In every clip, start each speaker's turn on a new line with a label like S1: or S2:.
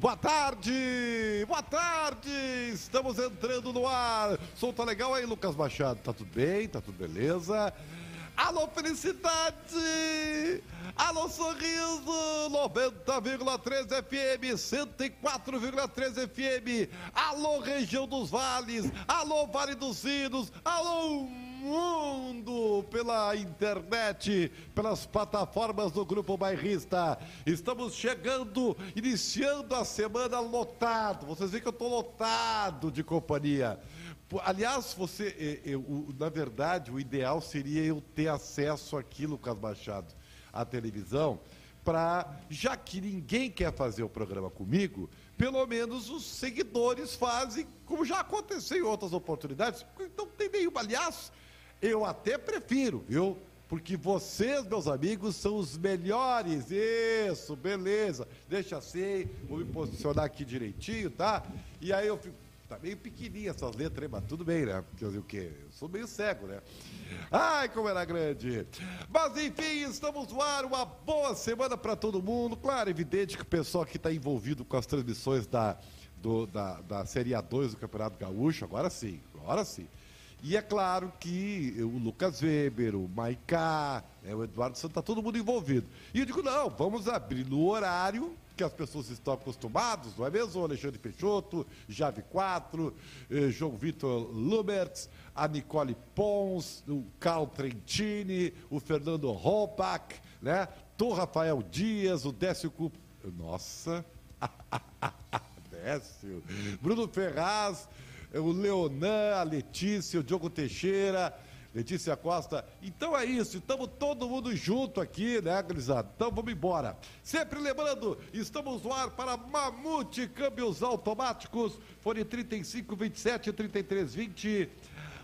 S1: Boa tarde! Boa tarde! Estamos entrando no ar. Som tá legal aí, Lucas Machado? Tá tudo bem? Tá tudo beleza? Alô, felicidade! Alô, sorriso! 90,3 FM, 104,3 FM. Alô, região dos vales! Alô, Vale dos Sinos! Alô, mundo! Pela internet, pelas plataformas do Grupo Bairrista. Estamos chegando, iniciando a semana lotado. Vocês veem que eu tô lotado de companhia. Pô, Aliás, você, eu, eu, na verdade, o ideal seria eu ter acesso aqui, Lucas Machado, à televisão, para, já que ninguém quer fazer o programa comigo, pelo menos os seguidores fazem, como já aconteceu em outras oportunidades, porque não tem nenhuma. Aliás, eu até prefiro, viu? Porque vocês, meus amigos, são os melhores. Isso, beleza. Deixa assim, vou me posicionar aqui direitinho, tá? E aí eu fico. Tá meio pequenininha essas letras, aí, mas tudo bem, né? Porque eu, o quê? eu sou meio cego, né? Ai, como era grande! Mas enfim, estamos no ar, uma boa semana para todo mundo. Claro, evidente que o pessoal que está envolvido com as transmissões da, do- da, da Série A2 do Campeonato Gaúcho, agora sim, agora sim. E é claro que o Lucas Weber, o Maiká, né, o Eduardo Santos, está todo mundo envolvido. E eu digo, não, vamos abrir no horário que as pessoas estão acostumadas, não é mesmo? Alexandre Peixoto, Jave 4, eh, João Vitor Lubertz, a Nicole Pons, o Carl Trentini, o Fernando Holbach, né? Tom Rafael Dias, o Décio Cu... Nossa! Décio. Bruno Ferraz, o Leonan, a Letícia, o Diogo Teixeira, Letícia Costa. Então é isso, estamos todo mundo junto aqui, né, gurizada? Então vamos embora. Sempre lembrando, estamos no ar para Mamute Câmbios Automáticos, fone 35 27 33 20.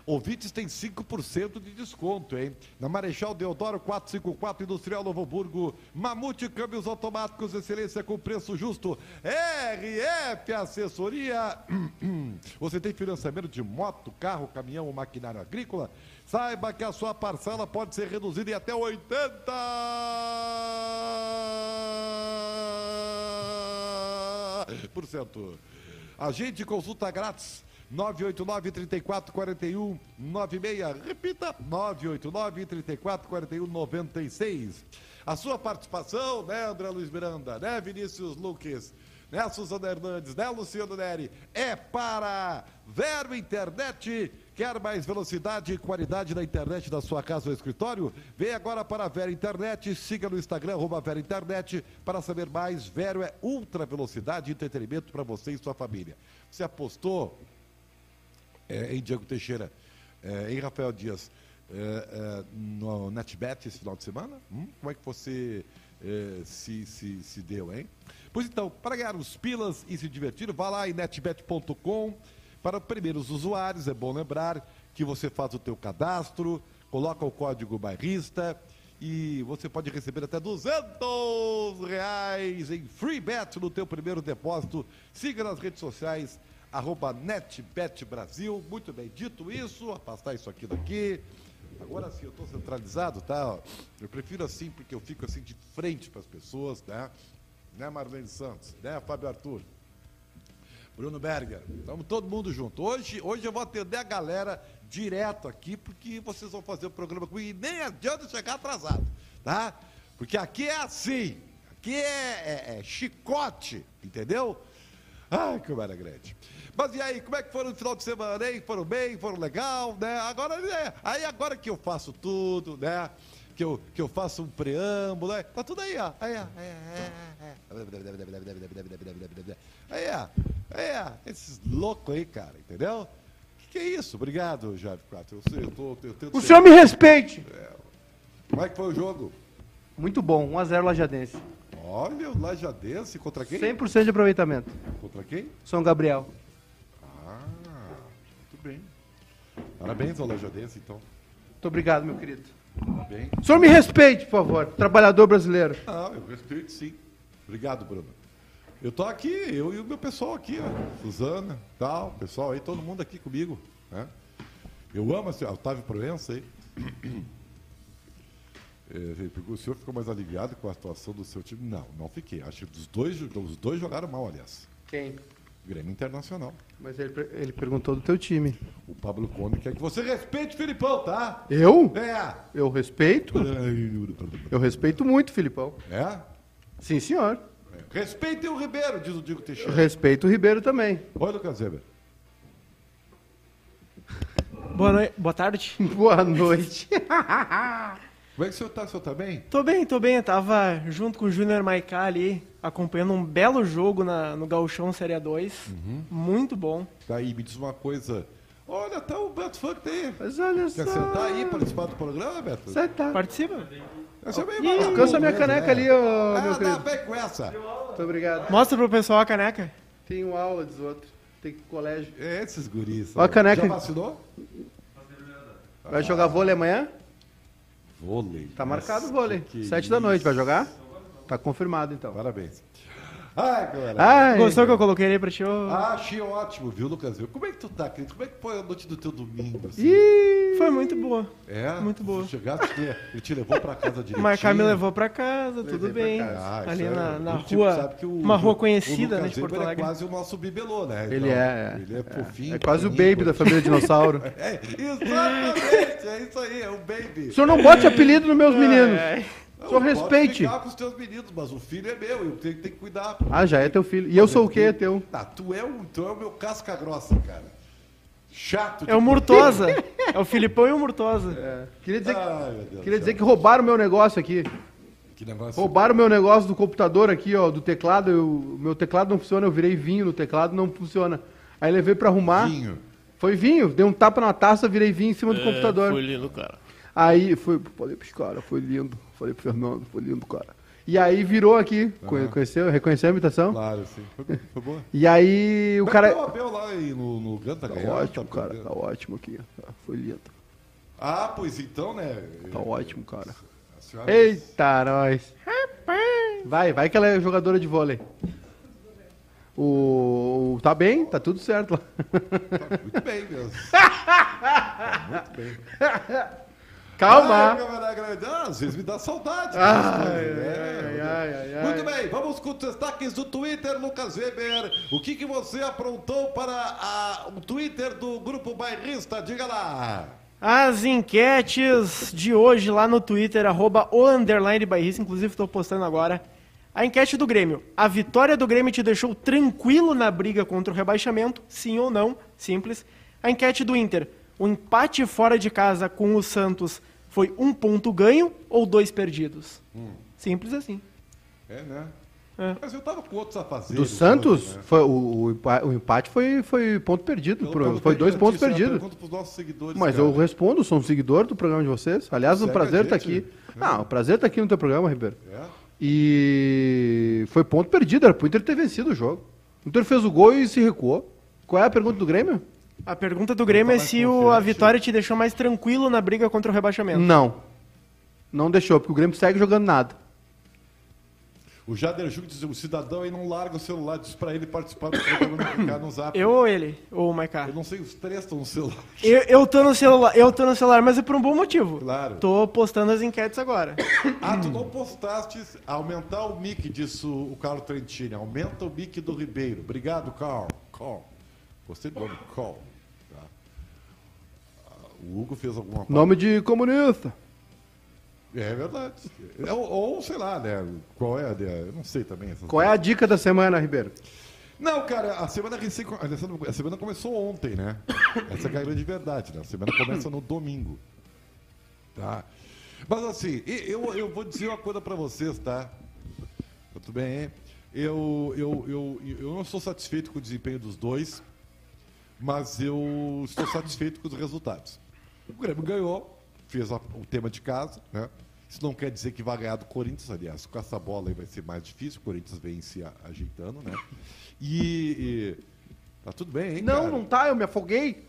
S1: Ouvintes têm 5% de desconto, hein? Na Marechal Deodoro 454, Industrial Novo Hamburgo. Mamute Câmbios Automáticos, excelência com preço justo. RF Assessoria. Você tem financiamento de moto, carro, caminhão ou maquinário agrícola? Saiba que a sua parcela pode ser reduzida em até 80%. Agende consulta grátis. 989 3441 96, um, repita, 989 3441 96. A sua participação, né, André Luiz Miranda, né, Vinícius Luques, né, Suzana Hernandes, né, Luciano Neri, é para Verbo Internet. Quer mais velocidade e qualidade na internet da sua casa ou escritório? Vem agora para a Vera Internet, siga no Instagram, arroba Vera Internet, para saber mais. Vero é ultra velocidade e entretenimento para você e sua família. Você apostou é, em Diego Teixeira, é, em Rafael Dias, é, é, no NetBet esse final de semana? Hum? Como é que você é, se, se, se deu, hein? Pois então, para ganhar os pilas e se divertir, vá lá em netbet.com. Para primeiros usuários, é bom lembrar que você faz o teu cadastro, coloca o código bairrista, e você pode receber até 200 reais em free bet no teu primeiro depósito. Siga nas redes sociais, arroba NetBet Brasil. Muito bem, dito isso, afastar isso aqui daqui. Agora sim, eu estou centralizado, tá? Eu prefiro assim, porque eu fico assim de frente para as pessoas, né? Né, Marlene Santos? Né, Fábio Arthur? Bruno Berger, estamos todo mundo junto. Hoje, hoje eu vou atender a galera direto aqui, porque vocês vão fazer o programa comigo e nem adianta chegar atrasado, tá? Porque aqui é assim, aqui é, é- é chicote, entendeu? Ai, como era grande. Mas e aí, como é que foram no final de semana, hein? Foram bem, foram legal, né? Agora, né? Aí agora que eu faço tudo, né? Que eu, que eu faço um preâmbulo, né? tá tudo aí, ó. Aí, ó. Aí, ó. Aí, ó. Aí, ó. Aí, ó. Esses loucos aí, cara, entendeu? Que que é isso? Obrigado, Jave 4. Eu, sei, eu, tô, eu tento
S2: O
S1: ser-
S2: senhor me respeite.
S1: Como é que foi o jogo?
S2: Muito bom, 1x0 Lajadense.
S1: Olha, o Lajadense contra quem?
S2: 100% de aproveitamento.
S1: Contra quem?
S2: São Gabriel.
S1: Ah, muito bem. Parabéns ao Lajadense, então.
S2: Muito obrigado, meu querido.
S1: Bem.
S2: O senhor me respeite, por favor, trabalhador brasileiro.
S1: Ah, eu respeito sim. Obrigado, Bruno. Eu tô aqui, eu e o meu pessoal aqui, ó. Suzana, tal, pessoal aí, todo mundo aqui comigo. Né? Eu amo esse Otávio Proença aí. É, ele perguntou, o senhor ficou mais aliviado com a atuação do seu time? Não, não fiquei. Acho que os dois, os dois jogaram mal, aliás.
S2: Quem?
S1: Grêmio Internacional.
S2: Mas ele, per- ele perguntou do teu time.
S1: O Pablo Conde quer que você respeite o Filipão, tá?
S2: Eu?
S1: É.
S2: Eu respeito. Eu respeito muito, Filipão.
S1: É?
S2: Sim, senhor.
S1: Respeitem o Ribeiro, diz o Diego
S2: Eu
S1: Teixeira.
S2: respeito o Ribeiro também.
S1: Oi, Lucas Weber.
S3: Boa noite, boa tarde.
S2: Boa noite.
S1: Como é que o senhor tá? O senhor tá bem?
S3: Tô bem, tô bem. Eu tava junto com o Júnior Maiká ali, acompanhando um belo jogo na, no Gauchão Série 2. Muito bom.
S1: Tá aí, me diz uma coisa. Olha, tá o Beto Funk tá aí.
S2: Mas olha só.
S1: Quer sentar aí, participar do programa, Beto?
S2: Sai, tá.
S3: Participa.
S1: Essa é meio
S3: Ih,
S1: maluco
S2: Alcança a minha
S1: mesmo,
S2: caneca
S1: né?
S2: ali, ô,
S1: Ah,
S2: meu
S1: dá,
S2: querido.
S1: vem com essa.
S2: Muito obrigado.
S3: Mostra pro pessoal a caneca.
S2: Tenho aula dos outros. Tem que ir pro colégio.
S1: É esses guris.
S2: Ó a
S1: né?
S2: caneca.
S1: Já vacinou?
S2: Vai jogar vôlei amanhã?
S1: Vôlei.
S2: Tá marcado o
S1: Nossa,
S2: vôlei.
S1: que
S2: Sete da
S1: isso.
S2: noite. Vai jogar? Tá confirmado, então.
S1: Parabéns. Ai, galera. Ah,
S2: Ai,
S3: Gostou que eu coloquei ali pra ti? ô?
S1: Achei ótimo, viu, Lucas? Weber? Como é que tu tá, querido? Como é que foi a noite do teu domingo? assim?
S2: Ih,
S3: Foi muito boa.
S1: É?
S3: Muito boa.
S1: Chegaste, aqui, ele te levou pra casa direitinho.
S3: O Maiká me levou pra casa, tudo
S2: pra
S3: bem.
S2: casa.
S1: Ah, isso
S3: ali
S1: é-
S3: na, na
S1: a gente
S3: rua,
S1: sabe que o-
S3: uma rua
S1: o
S3: conhecida né,
S1: Lucas
S3: de Porto
S1: Weber
S3: Alegre.
S1: É quase o nosso bibelô, né?
S2: Ele
S1: Então,
S2: é, é.
S1: Ele é, fofinho.
S2: É quase o
S1: bonito.
S2: baby da família dinossauro.
S1: É, exatamente, é isso aí, é o baby.
S2: O senhor não bote apelido nos
S1: É.
S2: meus meninos.
S3: Ai, ai.
S2: O senhor respeite.
S1: Eu com os teus meninos, mas o filho é meu, eu tenho, tenho que cuidar. pô.
S2: Ah, já é teu filho. E eu sou o quê, teu?
S1: Ah, tu é o, tu é o meu casca grossa, cara. Chato.
S3: É o Murtosa. É o Filipão e o Murtosa.
S2: É. Queria dizer, que-
S1: Ai, meu Deus
S2: queria
S1: do
S2: dizer
S1: céu.
S2: que roubaram meu negócio aqui.
S1: Que negócio.
S2: Roubaram meu negócio do computador aqui, ó, do teclado. Eu- meu teclado não funciona, eu virei vinho no teclado, não funciona. Aí levei pra arrumar.
S1: Vinho.
S2: Foi vinho, dei um tapa na taça, virei vinho em cima do computador.
S4: É, Foi lindo, cara.
S2: Aí foi, falei pros caras, foi lindo. Falei pro Fernando, foi lindo, cara. E aí virou aqui. Conhe- Conheceu? Reconheceu a imitação?
S1: Claro, sim. Foi, foi boa.
S2: E aí o
S1: Mas
S2: cara. é-
S1: tem um Abel lá aí no, no Ganta
S2: Tá
S1: ganhando,
S2: ótimo,
S1: tá
S2: cara.
S1: perdendo.
S2: Tá ótimo aqui. Tá, Foi lindo.
S1: Ah, pois então, né?
S2: Tá ótimo, cara.
S1: A senhora-
S2: Eita, nós. Vai, vai que ela é jogadora de vôlei. O, o- tá bem, tá tudo certo lá.
S1: Tá muito bem mesmo. Ai,
S2: Calma.
S1: camarada grande. Ah, às vezes me dá saudade.
S2: Ai,
S1: dessas coisas,
S2: ai,
S1: né?
S2: ai, ai, ai.
S1: Muito bem, vamos com os destaques do Twitter, Lucas Weber. O que, que você aprontou para a- o Twitter do Grupo Bairrista? Diga lá.
S3: As enquetes de hoje lá no Twitter, arroba o underline bairrista, inclusive estou postando agora. A enquete do Grêmio. A vitória do Grêmio te deixou tranquilo na briga contra o rebaixamento? Sim ou não? Simples. A enquete do Inter. O empate fora de casa com o Santos foi um ponto ganho ou dois perdidos? Simples assim.
S1: É, né?
S3: É.
S1: Mas eu tava com outros né? a fazer.
S2: Do Santos, foi, o, o empa- o empate foi, foi ponto perdido. pro- foi dois pontos perdidos.
S1: Pergunto pros nossos seguidores.
S2: Mas
S1: cara.
S2: eu respondo, sou um seguidor do programa de vocês. Aliás, o
S1: Segue
S2: prazer
S1: a
S2: tá
S1: gente,
S2: aqui.
S1: né?
S2: Ah, o prazer tá aqui no teu programa, Ribeiro.
S1: É?
S2: E foi ponto perdido, era pro Inter ter vencido o jogo. O Inter fez o gol e se recuou. Qual é a pergunta do Grêmio?
S3: A pergunta do Grêmio é se o- a vitória te deixou mais tranquilo na briga contra o rebaixamento.
S2: Não. Não deixou, porque o Grêmio segue jogando nada.
S1: O Jader Júnior diz: o cidadão aí não larga o celular, diz pra ele participar do programa não ficar no zap.
S3: Eu ou ele? Ou o Maiká?
S1: Eu não sei, os três estão no celular.
S3: Eu, eu tô no celular, eu tô no celular, mas é por um bom motivo.
S1: Claro.
S3: Tô postando as enquetes agora.
S1: Ah, tu não postaste aumentar o mic, disse o o Carlo Trentini. Aumenta o mic do Ribeiro. Obrigado, Carl. Carl. Gostei do nome, Carl. Tá. Ah, O Hugo fez alguma coisa.
S2: Nome de comunista.
S1: É verdade. É, ou, ou, sei lá, né? Qual é a. Eu não sei também. essas
S2: Qual é a dica da semana, Ribeiro?
S1: Não, cara, a semana recém. Alessandro, A semana começou ontem, né? Essa é a grande verdade, né? A semana começa no domingo. Tá? Mas assim, e- eu, eu vou dizer uma coisa pra vocês, tá? Tudo bem, hein? Eu, eu, eu, eu não sou satisfeito com o desempenho dos dois, mas eu estou satisfeito com os resultados. O Grêmio ganhou, fez a- o tema de casa, né? Isso não quer dizer que vai ganhar do Corinthians, aliás, com essa bola aí vai ser mais difícil, o Corinthians vem se a- ajeitando, né? E, e- tá tudo bem, hein?
S2: Não,
S1: cara?
S2: não tá, eu me afoguei.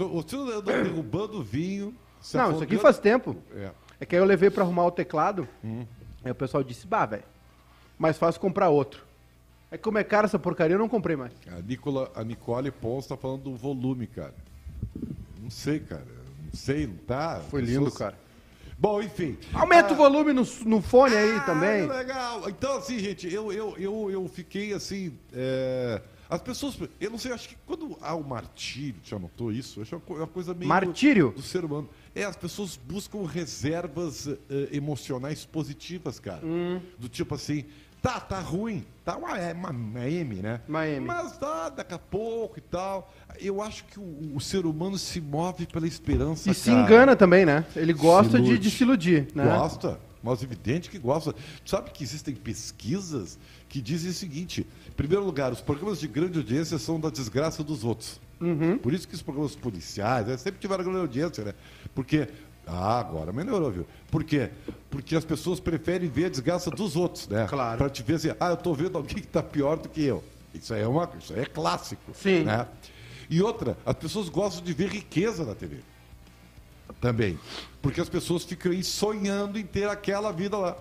S1: O senhor andou derrubando o vinho. se
S2: Não, isso aqui
S1: afogando-
S2: faz tempo.
S1: É.
S2: É que aí eu levei pra arrumar o teclado. Aí o pessoal disse: "Bah, velho. Mais fácil comprar outro". É que como é caro essa porcaria, eu não comprei mais.
S1: A, Nicola, a Nicole Pons tá falando do volume, cara. Não sei, cara. Não sei, não tá?
S2: Foi
S1: Pessoas-
S2: lindo, cara.
S1: Bom, enfim.
S2: Aumenta o volume no, no fone aí
S1: Ah,
S2: também.
S1: Legal. Então, assim, gente, eu, eu, eu, eu fiquei assim. é, As pessoas. Eu não sei, acho que quando há o martírio, já notou isso? Acho é uma co- uma coisa meio.
S2: Martírio?
S1: Do, do ser humano. É, as pessoas buscam reservas é, emocionais positivas, cara.
S2: Hum.
S1: Do tipo assim. Tá, tá ruim. Tá uma, é uma, uma M, né?
S2: Uma M.
S1: Mas dá, daqui a pouco e tal. Eu acho que o, o ser humano se move pela esperança,
S2: E se
S1: cara.
S2: engana também, né? Ele gosta de,
S1: ilude.
S2: de se iludir, né?
S1: Gosta, mas evidente que gosta. Sabe que existem pesquisas que dizem o seguinte: em primeiro lugar, os programas de grande audiência são da desgraça dos outros.
S2: Uhum.
S1: Por isso que os programas policiais né, sempre tiveram grande audiência, né? Porque. Ah, agora melhorou, viu? Por quê? Porque as pessoas preferem ver a desgraça dos outros, né?
S2: Claro.
S1: Pra te ver assim, ah, eu tô vendo alguém que tá pior do que eu. Isso aí é, uma, isso aí é clássico.
S2: Sim.
S1: Né? E outra, as pessoas gostam de ver riqueza na TV também. Porque as pessoas ficam aí sonhando em ter aquela vida lá.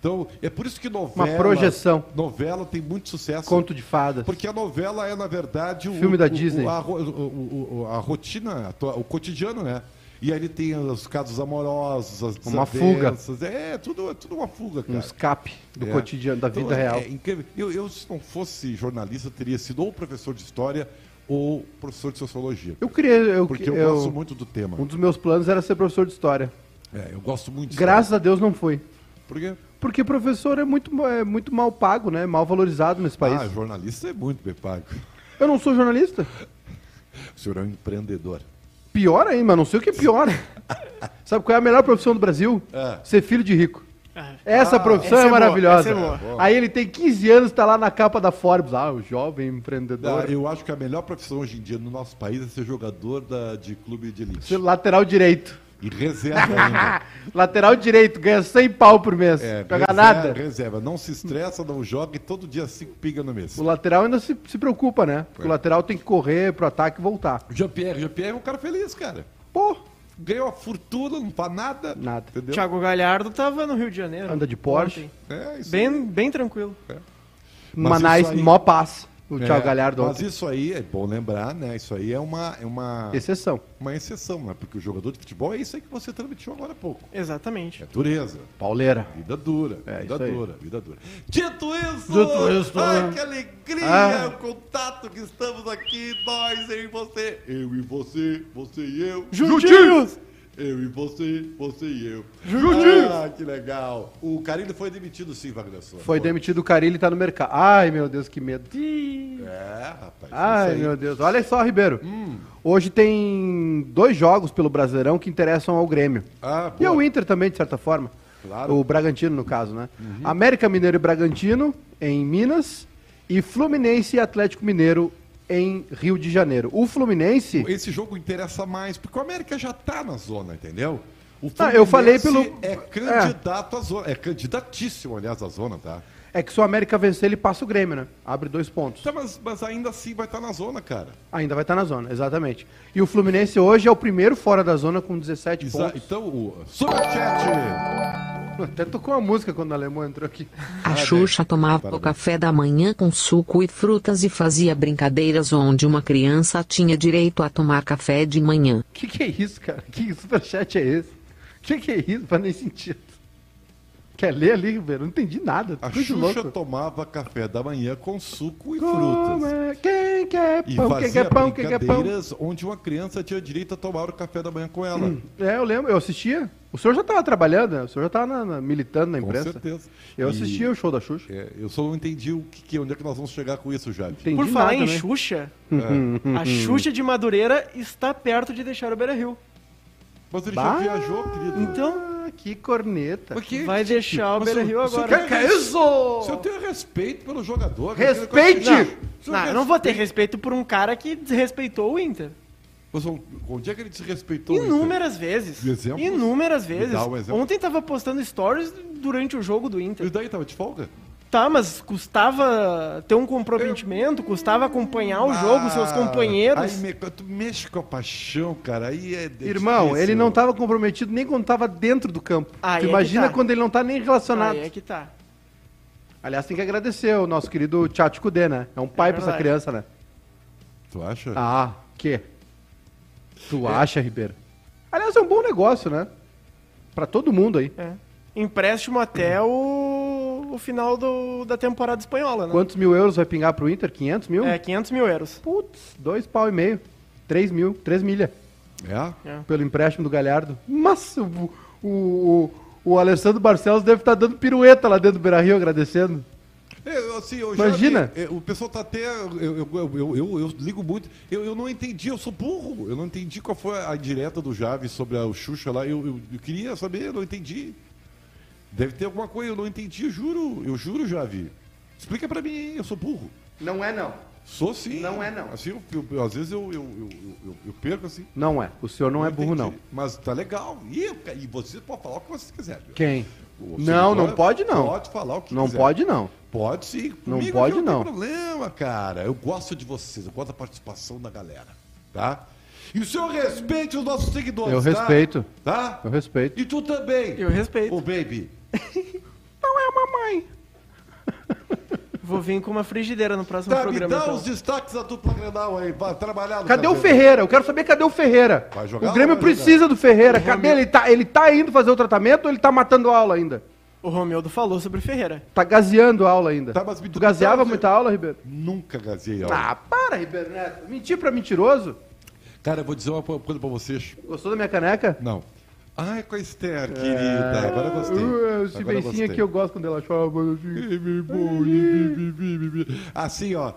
S1: Então, é por isso que novela.
S2: Uhum. projeção.
S1: Novela tem muito sucesso.
S2: Conto de fadas.
S1: Porque a novela é, na verdade, o.
S2: Filme da
S1: o-
S2: Disney.
S1: o- a, ro- o- o- o- a rotina, a tua- o cotidiano, né? E aí ele tem os casos amorosos, as
S2: Uma fuga.
S1: desavenças. É, tudo, é tudo uma fuga, cara.
S2: Um escape do
S1: É.
S2: cotidiano, da
S1: Então,
S2: vida
S1: é
S2: real.
S1: incrível. Eu, eu, se não fosse jornalista, teria sido ou professor de história ou professor de sociologia.
S2: Eu queria. Eu,
S1: Porque eu,
S2: eu-
S1: gosto muito do tema.
S2: Um dos meus planos era ser professor de história.
S1: É, eu gosto muito de
S2: Graças a Deus não fui.
S1: história. Por quê?
S2: Porque professor é muito, ma- é muito mal pago, né? Mal valorizado nesse país.
S1: Ah, jornalista é muito bem pago.
S2: Eu não sou jornalista.
S1: O senhor é um empreendedor.
S2: Pior ainda, mas não sei o que é pior. Sabe qual é a melhor profissão do Brasil?
S1: É.
S2: Ser filho de rico.
S3: Ah,
S2: Essa profissão é,
S3: essa é boa,
S2: maravilhosa.
S3: essa é boa.
S1: boa.
S2: Aí ele tem 15 anos, tá lá na capa da Forbes. Ah, o jovem empreendedor.
S1: Ah, eu acho que a melhor profissão hoje em dia no nosso país é ser jogador da- de clube de elite.
S2: Seu Lateral direito.
S1: E reserva ainda.
S2: Lateral direito, ganha 100 pau por mês.
S1: É,
S2: não Paga
S1: reserva-
S2: nada.
S1: Reserva. Não se estressa, não joga e todo dia cinco pinga no mês.
S2: O lateral ainda se, se preocupa, né? Porque O lateral tem que correr pro ataque e voltar.
S1: Jean-Pierre, Jean-Pierre é um cara feliz, cara.
S2: Pô,
S1: Ganhou a fortuna, não faz nada.
S2: Nada.
S1: Entendeu?
S3: Thiago Galhardo tava no Rio de Janeiro.
S2: Anda de Porsche.
S3: ontem.
S1: É, isso aí.
S3: Bem, bem tranquilo.
S2: uma
S1: Mas isso
S2: nice,
S1: aí-
S2: mó paz. O
S1: É,
S2: Thiago Galhardo
S1: Mas
S2: ontem.
S1: isso aí, é bom lembrar, né? Isso aí é uma, é uma,
S2: Exceção.
S1: uma exceção, né? Porque o jogador de futebol é isso aí que você transmitiu agora há pouco.
S3: Exatamente.
S1: É dureza.
S2: Pauleira.
S1: Vida dura,
S2: É,
S1: vida
S2: isso aí.
S1: dura, vida dura. Dito isso,
S2: Dito isso,
S1: ai
S2: né?
S1: que alegria
S2: Ah.
S1: o contato que estamos aqui, nós, eu e você. Eu e você, você e eu.
S3: Juntinhos!
S1: Eu e você, você e eu.
S2: Juntinhos!
S1: Ah, que legal. O Carilho foi demitido sim, Wagner Souza.
S2: Foi demitido o Carilli e tá no mercado. Ai, meu Deus, que medo.
S1: É, rapaz.
S2: Ai,
S1: isso aí. Hum.
S2: meu Deus. Olha só, Ribeiro. Hoje tem dois jogos pelo Brasileirão que interessam ao Grêmio.
S1: Ah, boa.
S2: E ao Inter também, de certa forma.
S1: Claro. Uhum.
S2: O Bragantino, no caso, né? América Mineiro e Bragantino, em Minas. E Fluminense e Atlético Mineiro, em Rio de Janeiro. O Fluminense...
S1: Esse jogo interessa mais, porque o América já tá na zona, entendeu? O
S2: Tá, eu falei
S1: Fluminense
S2: pelo-
S1: É candidato à zona. É candidatíssimo, aliás, à zona, tá?
S2: É que se o América vencer, ele passa o Grêmio, né? Abre dois pontos.
S1: Tá, mas, mas ainda assim vai estar na zona, cara.
S2: Ainda vai estar na zona, exatamente. E o Fluminense hoje é o primeiro fora da zona com 17
S1: Exa-
S2: pontos.
S1: Então, o Superchat.
S2: Até tocou a música quando o alemão entrou aqui.
S4: A Xuxa tomava o
S1: Parabéns.
S4: café da manhã com suco e frutas e fazia brincadeiras onde uma criança tinha direito a tomar café de manhã.
S2: Que que é isso, cara? Que superchat é esse? Que que é isso? Faz nem sentido. Quer ler ali, Ribeiro? Não entendi nada.
S1: A
S2: Coisa
S1: Xuxa
S2: louca.
S1: tomava café da manhã com suco e frutas.
S2: Como é? Quem quer
S1: E
S2: pão? Quem
S1: fazia
S2: quer pão? Quem quer pão?
S1: brincadeiras onde uma criança tinha direito a tomar o café da manhã com ela.
S2: É, eu lembro, eu assistia. O senhor já tava trabalhando, né? O senhor já tava na- na- militando na
S1: Com
S2: imprensa.
S1: certeza.
S2: Eu
S1: E-
S2: assistia o show da Xuxa.
S1: É, eu só não entendi o que, que- onde é que nós vamos chegar com isso, Jade.
S2: Entendi
S3: Por falar
S2: nada,
S3: em
S2: né? Uhum.
S3: Xuxa, a Xuxa de Madureira está perto de deixar o Beira Rio.
S1: Mas ele
S2: Bah.
S1: já viajou, querido.
S3: Então,
S2: Ah, que corneta.
S1: Porque-
S3: vai deixar o
S1: Mas
S3: Beira Rio
S1: o senhor
S3: agora.
S1: quer-
S2: é isso?
S1: Se eu tenho respeito pelo jogador...
S2: Respeite!
S1: Não, se eu
S3: Não, eu não vou ter respeito por um cara que desrespeitou o Inter.
S1: Mas onde é que ele desrespeitou isso?
S3: Inúmeras vezes.
S1: Exemplos?
S3: Inúmeras
S1: Me
S3: vezes.
S1: dá um exemplo.
S3: Ontem tava postando stories durante o jogo do
S1: E
S3: Inter.
S1: daí, tava de folga?
S3: Tá, mas custava ter um comprometimento, custava acompanhar o jogo, seus
S1: Ah,
S3: companheiros.
S1: Aí me- tu mexe com a paixão, cara. Aí é, é
S2: Irmão,
S1: difícil.
S2: ele não tá- tava comprometido nem quando tava dentro do campo. tu
S3: Aí é que
S2: imagina
S3: tá.
S2: quando ele não tá nem relacionado.
S3: Aí é que tá.
S2: Aliás, tem que agradecer o nosso querido Tchatcho Kudê, né? É um pai pra essa
S3: verdade.
S2: criança, né?
S1: Tu acha?
S2: Ah, É. que? Tu acha, Ribeiro? Aliás, é um bom negócio, né? Pra todo mundo aí.
S3: É. Empréstimo até o, o final do- da temporada espanhola, né?
S2: Quantos mil euros vai pingar pro Inter? 500 mil?
S3: É, 500 mil euros.
S2: Putz, dois pau e meio. Três mil, três milha.
S1: É?
S2: Pelo empréstimo do Galhardo. Mas o, o, o, o Alessandro Barcelos deve estar dando pirueta lá dentro do Beira-Rio agradecendo.
S1: Eu, assim, eu
S2: Imagina.
S1: Já vi, eh, o pessoal tá até. Eu, eu, eu, eu, eu- eu ligo muito. Eu, eu não entendi, eu sou burro. Eu não entendi qual foi a direta do Javes sobre a, o Xuxa lá. Eu, eu, eu queria saber, eu não entendi. Deve ter alguma coisa, eu não entendi, eu juro. Eu juro, Javi. Explica pra mim, eu sou burro.
S2: Não é, não.
S1: Sou sim.
S2: Não é, não.
S1: Assim, eu- eu- eu- às vezes eu, eu, eu, eu- eu- eu perco assim.
S2: Não é. O senhor não é burro, não.
S1: entendi. Mas tá legal. E, eu- e você pode falar o que você quiser. viu?
S2: Quem?
S1: O
S2: Não, não
S1: senhor
S2: pode, não.
S1: Pode falar o que
S2: Não
S1: quiser.
S2: pode, não.
S1: Pode sim.
S2: Não
S1: Comigo
S2: pode,
S1: não
S2: não.
S1: tem problema, cara. Eu gosto de vocês, eu gosto da participação da galera, tá? E o senhor respeite os nossos seguidores,
S2: Eu
S1: tá?
S2: respeito.
S1: Tá?
S2: Eu respeito.
S1: E tu também.
S3: Eu respeito.
S1: Ô, baby.
S2: Não é a mamãe.
S3: Vou vir com uma frigideira no próximo
S1: Tá, me
S3: programa.
S1: dá
S3: então.
S1: os destaques da dupla Grenal aí, vai trabalhar. no
S2: Cadê o
S1: Cruzeiro.
S2: Ferreira? Eu quero saber cadê o Ferreira.
S1: Vai jogar
S2: o Grêmio
S1: ou não vai
S2: precisa do Ferreira. Cadê ele? Tá, ele tá indo fazer o tratamento ou ele tá matando aula ainda?
S3: O Romildo falou sobre o Ferreira.
S2: Tá gaseando a aula ainda.
S1: Tá, mas me-
S2: tu gaseava
S1: tá,
S2: muita aula, Ribeiro?
S1: Nunca gazei aula.
S2: Ah, para, Ribeiro Neto. Mentir pra mentiroso?
S1: Cara, eu vou dizer uma coisa pra vocês.
S2: Gostou da minha caneca?
S1: Não. Ai, com a Esther, querida. Agora eu gostei.
S2: Uh,
S1: Agora
S2: esse
S1: eu
S2: beicinho
S1: gostei.
S2: aqui eu gosto quando ela chora. assim.
S1: Assim, ó.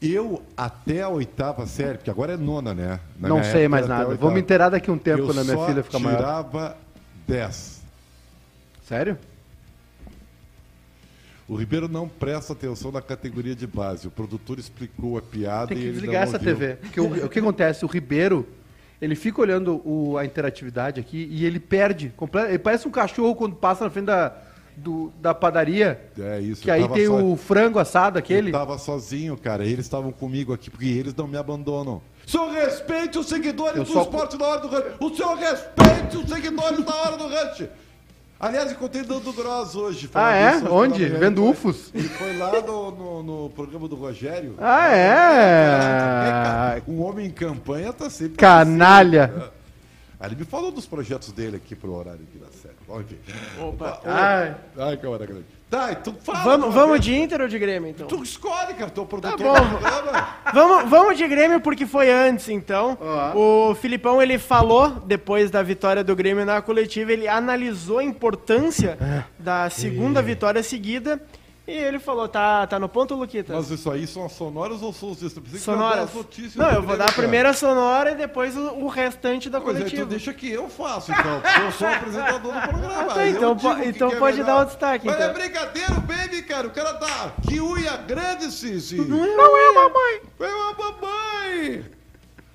S1: Eu até a oitava série, porque agora é nona, né? Na
S2: Não
S1: minha
S2: sei
S1: época
S2: mais
S1: era até a
S2: nada. Vou
S1: oitava.
S2: me inteirar daqui um tempo
S1: Eu
S2: quando a minha
S1: só
S2: filha ficar maior.
S1: tirava 10.
S2: Sério?
S1: O Ribeiro não presta atenção na categoria de base. O produtor explicou a piada
S2: Tem
S1: e
S2: que
S1: ele um
S2: desligar
S1: não
S2: essa
S1: ouviu.
S2: TV. Porque o, o que acontece? O Ribeiro, ele fica olhando o- a interatividade aqui e ele perde. comple- Ele parece um cachorro quando passa na frente da, do- da padaria.
S1: É isso.
S2: que
S1: eu
S2: aí
S1: tava
S2: tem
S1: só-
S2: o frango assado aquele.
S1: Eu tava sozinho, cara. Eles estavam comigo aqui, porque eles não me abandonam. O senhor respeite os seguidores
S2: Eu
S1: do
S2: só-
S1: esporte na hora do rancho. O senhor respeite os seguidores na hora do rancho. Aliás, encontrei Dando Gross hoje. falando
S2: Ah, é?
S1: isso hoje pela
S2: Onde?
S1: manhã.
S2: Vendo
S1: Ele foi-
S2: ufos?
S1: Ele foi lá no, no- no programa do Rogério. É,
S2: Ah, é?
S1: Um homem em campanha tá sempre...
S2: Canalha.
S1: Aí ele me falou dos projetos dele aqui pro horário aqui da série. Bom, enfim.
S3: Opa.
S2: Ai.
S1: Ai, que hora grande. Tá, então fala.
S3: Vamos,
S1: uma
S3: vamos
S1: vez.
S3: de Inter ou de Grêmio, então?
S1: Tu escolhe, cara,
S2: Tá
S1: teu produtor
S3: bom.
S1: do programa.
S3: Vamos, vamos de Grêmio porque foi antes, então. O Filipão, ele falou, depois da vitória do Grêmio na coletiva, ele analisou a importância
S1: É.
S3: da segunda vitória seguida e ele falou, tá, tá no ponto, Luquita?
S1: Mas isso aí são as sonoras ou são os extras? Pensei que tu ia dar
S3: Sonoras.
S1: as notícias
S3: Não,
S1: do
S3: eu vou
S1: Grêmio,
S3: dar a
S1: cara.
S3: primeira sonora e depois o, o restante da
S1: Pois é,
S3: coletiva.
S1: então deixa que eu faço, então. porque eu sou o apresentador do programa.
S3: tá,
S1: eu
S3: então
S1: digo
S3: po-
S1: que
S3: então
S1: que é
S3: pode
S1: melhor.
S3: dar o destaque,
S1: Mas
S3: então.
S1: é brincadeira, o baby, cara. O cara tá... Que unha grande, Cici.
S3: Não é, mamãe!
S1: É uma mamãe.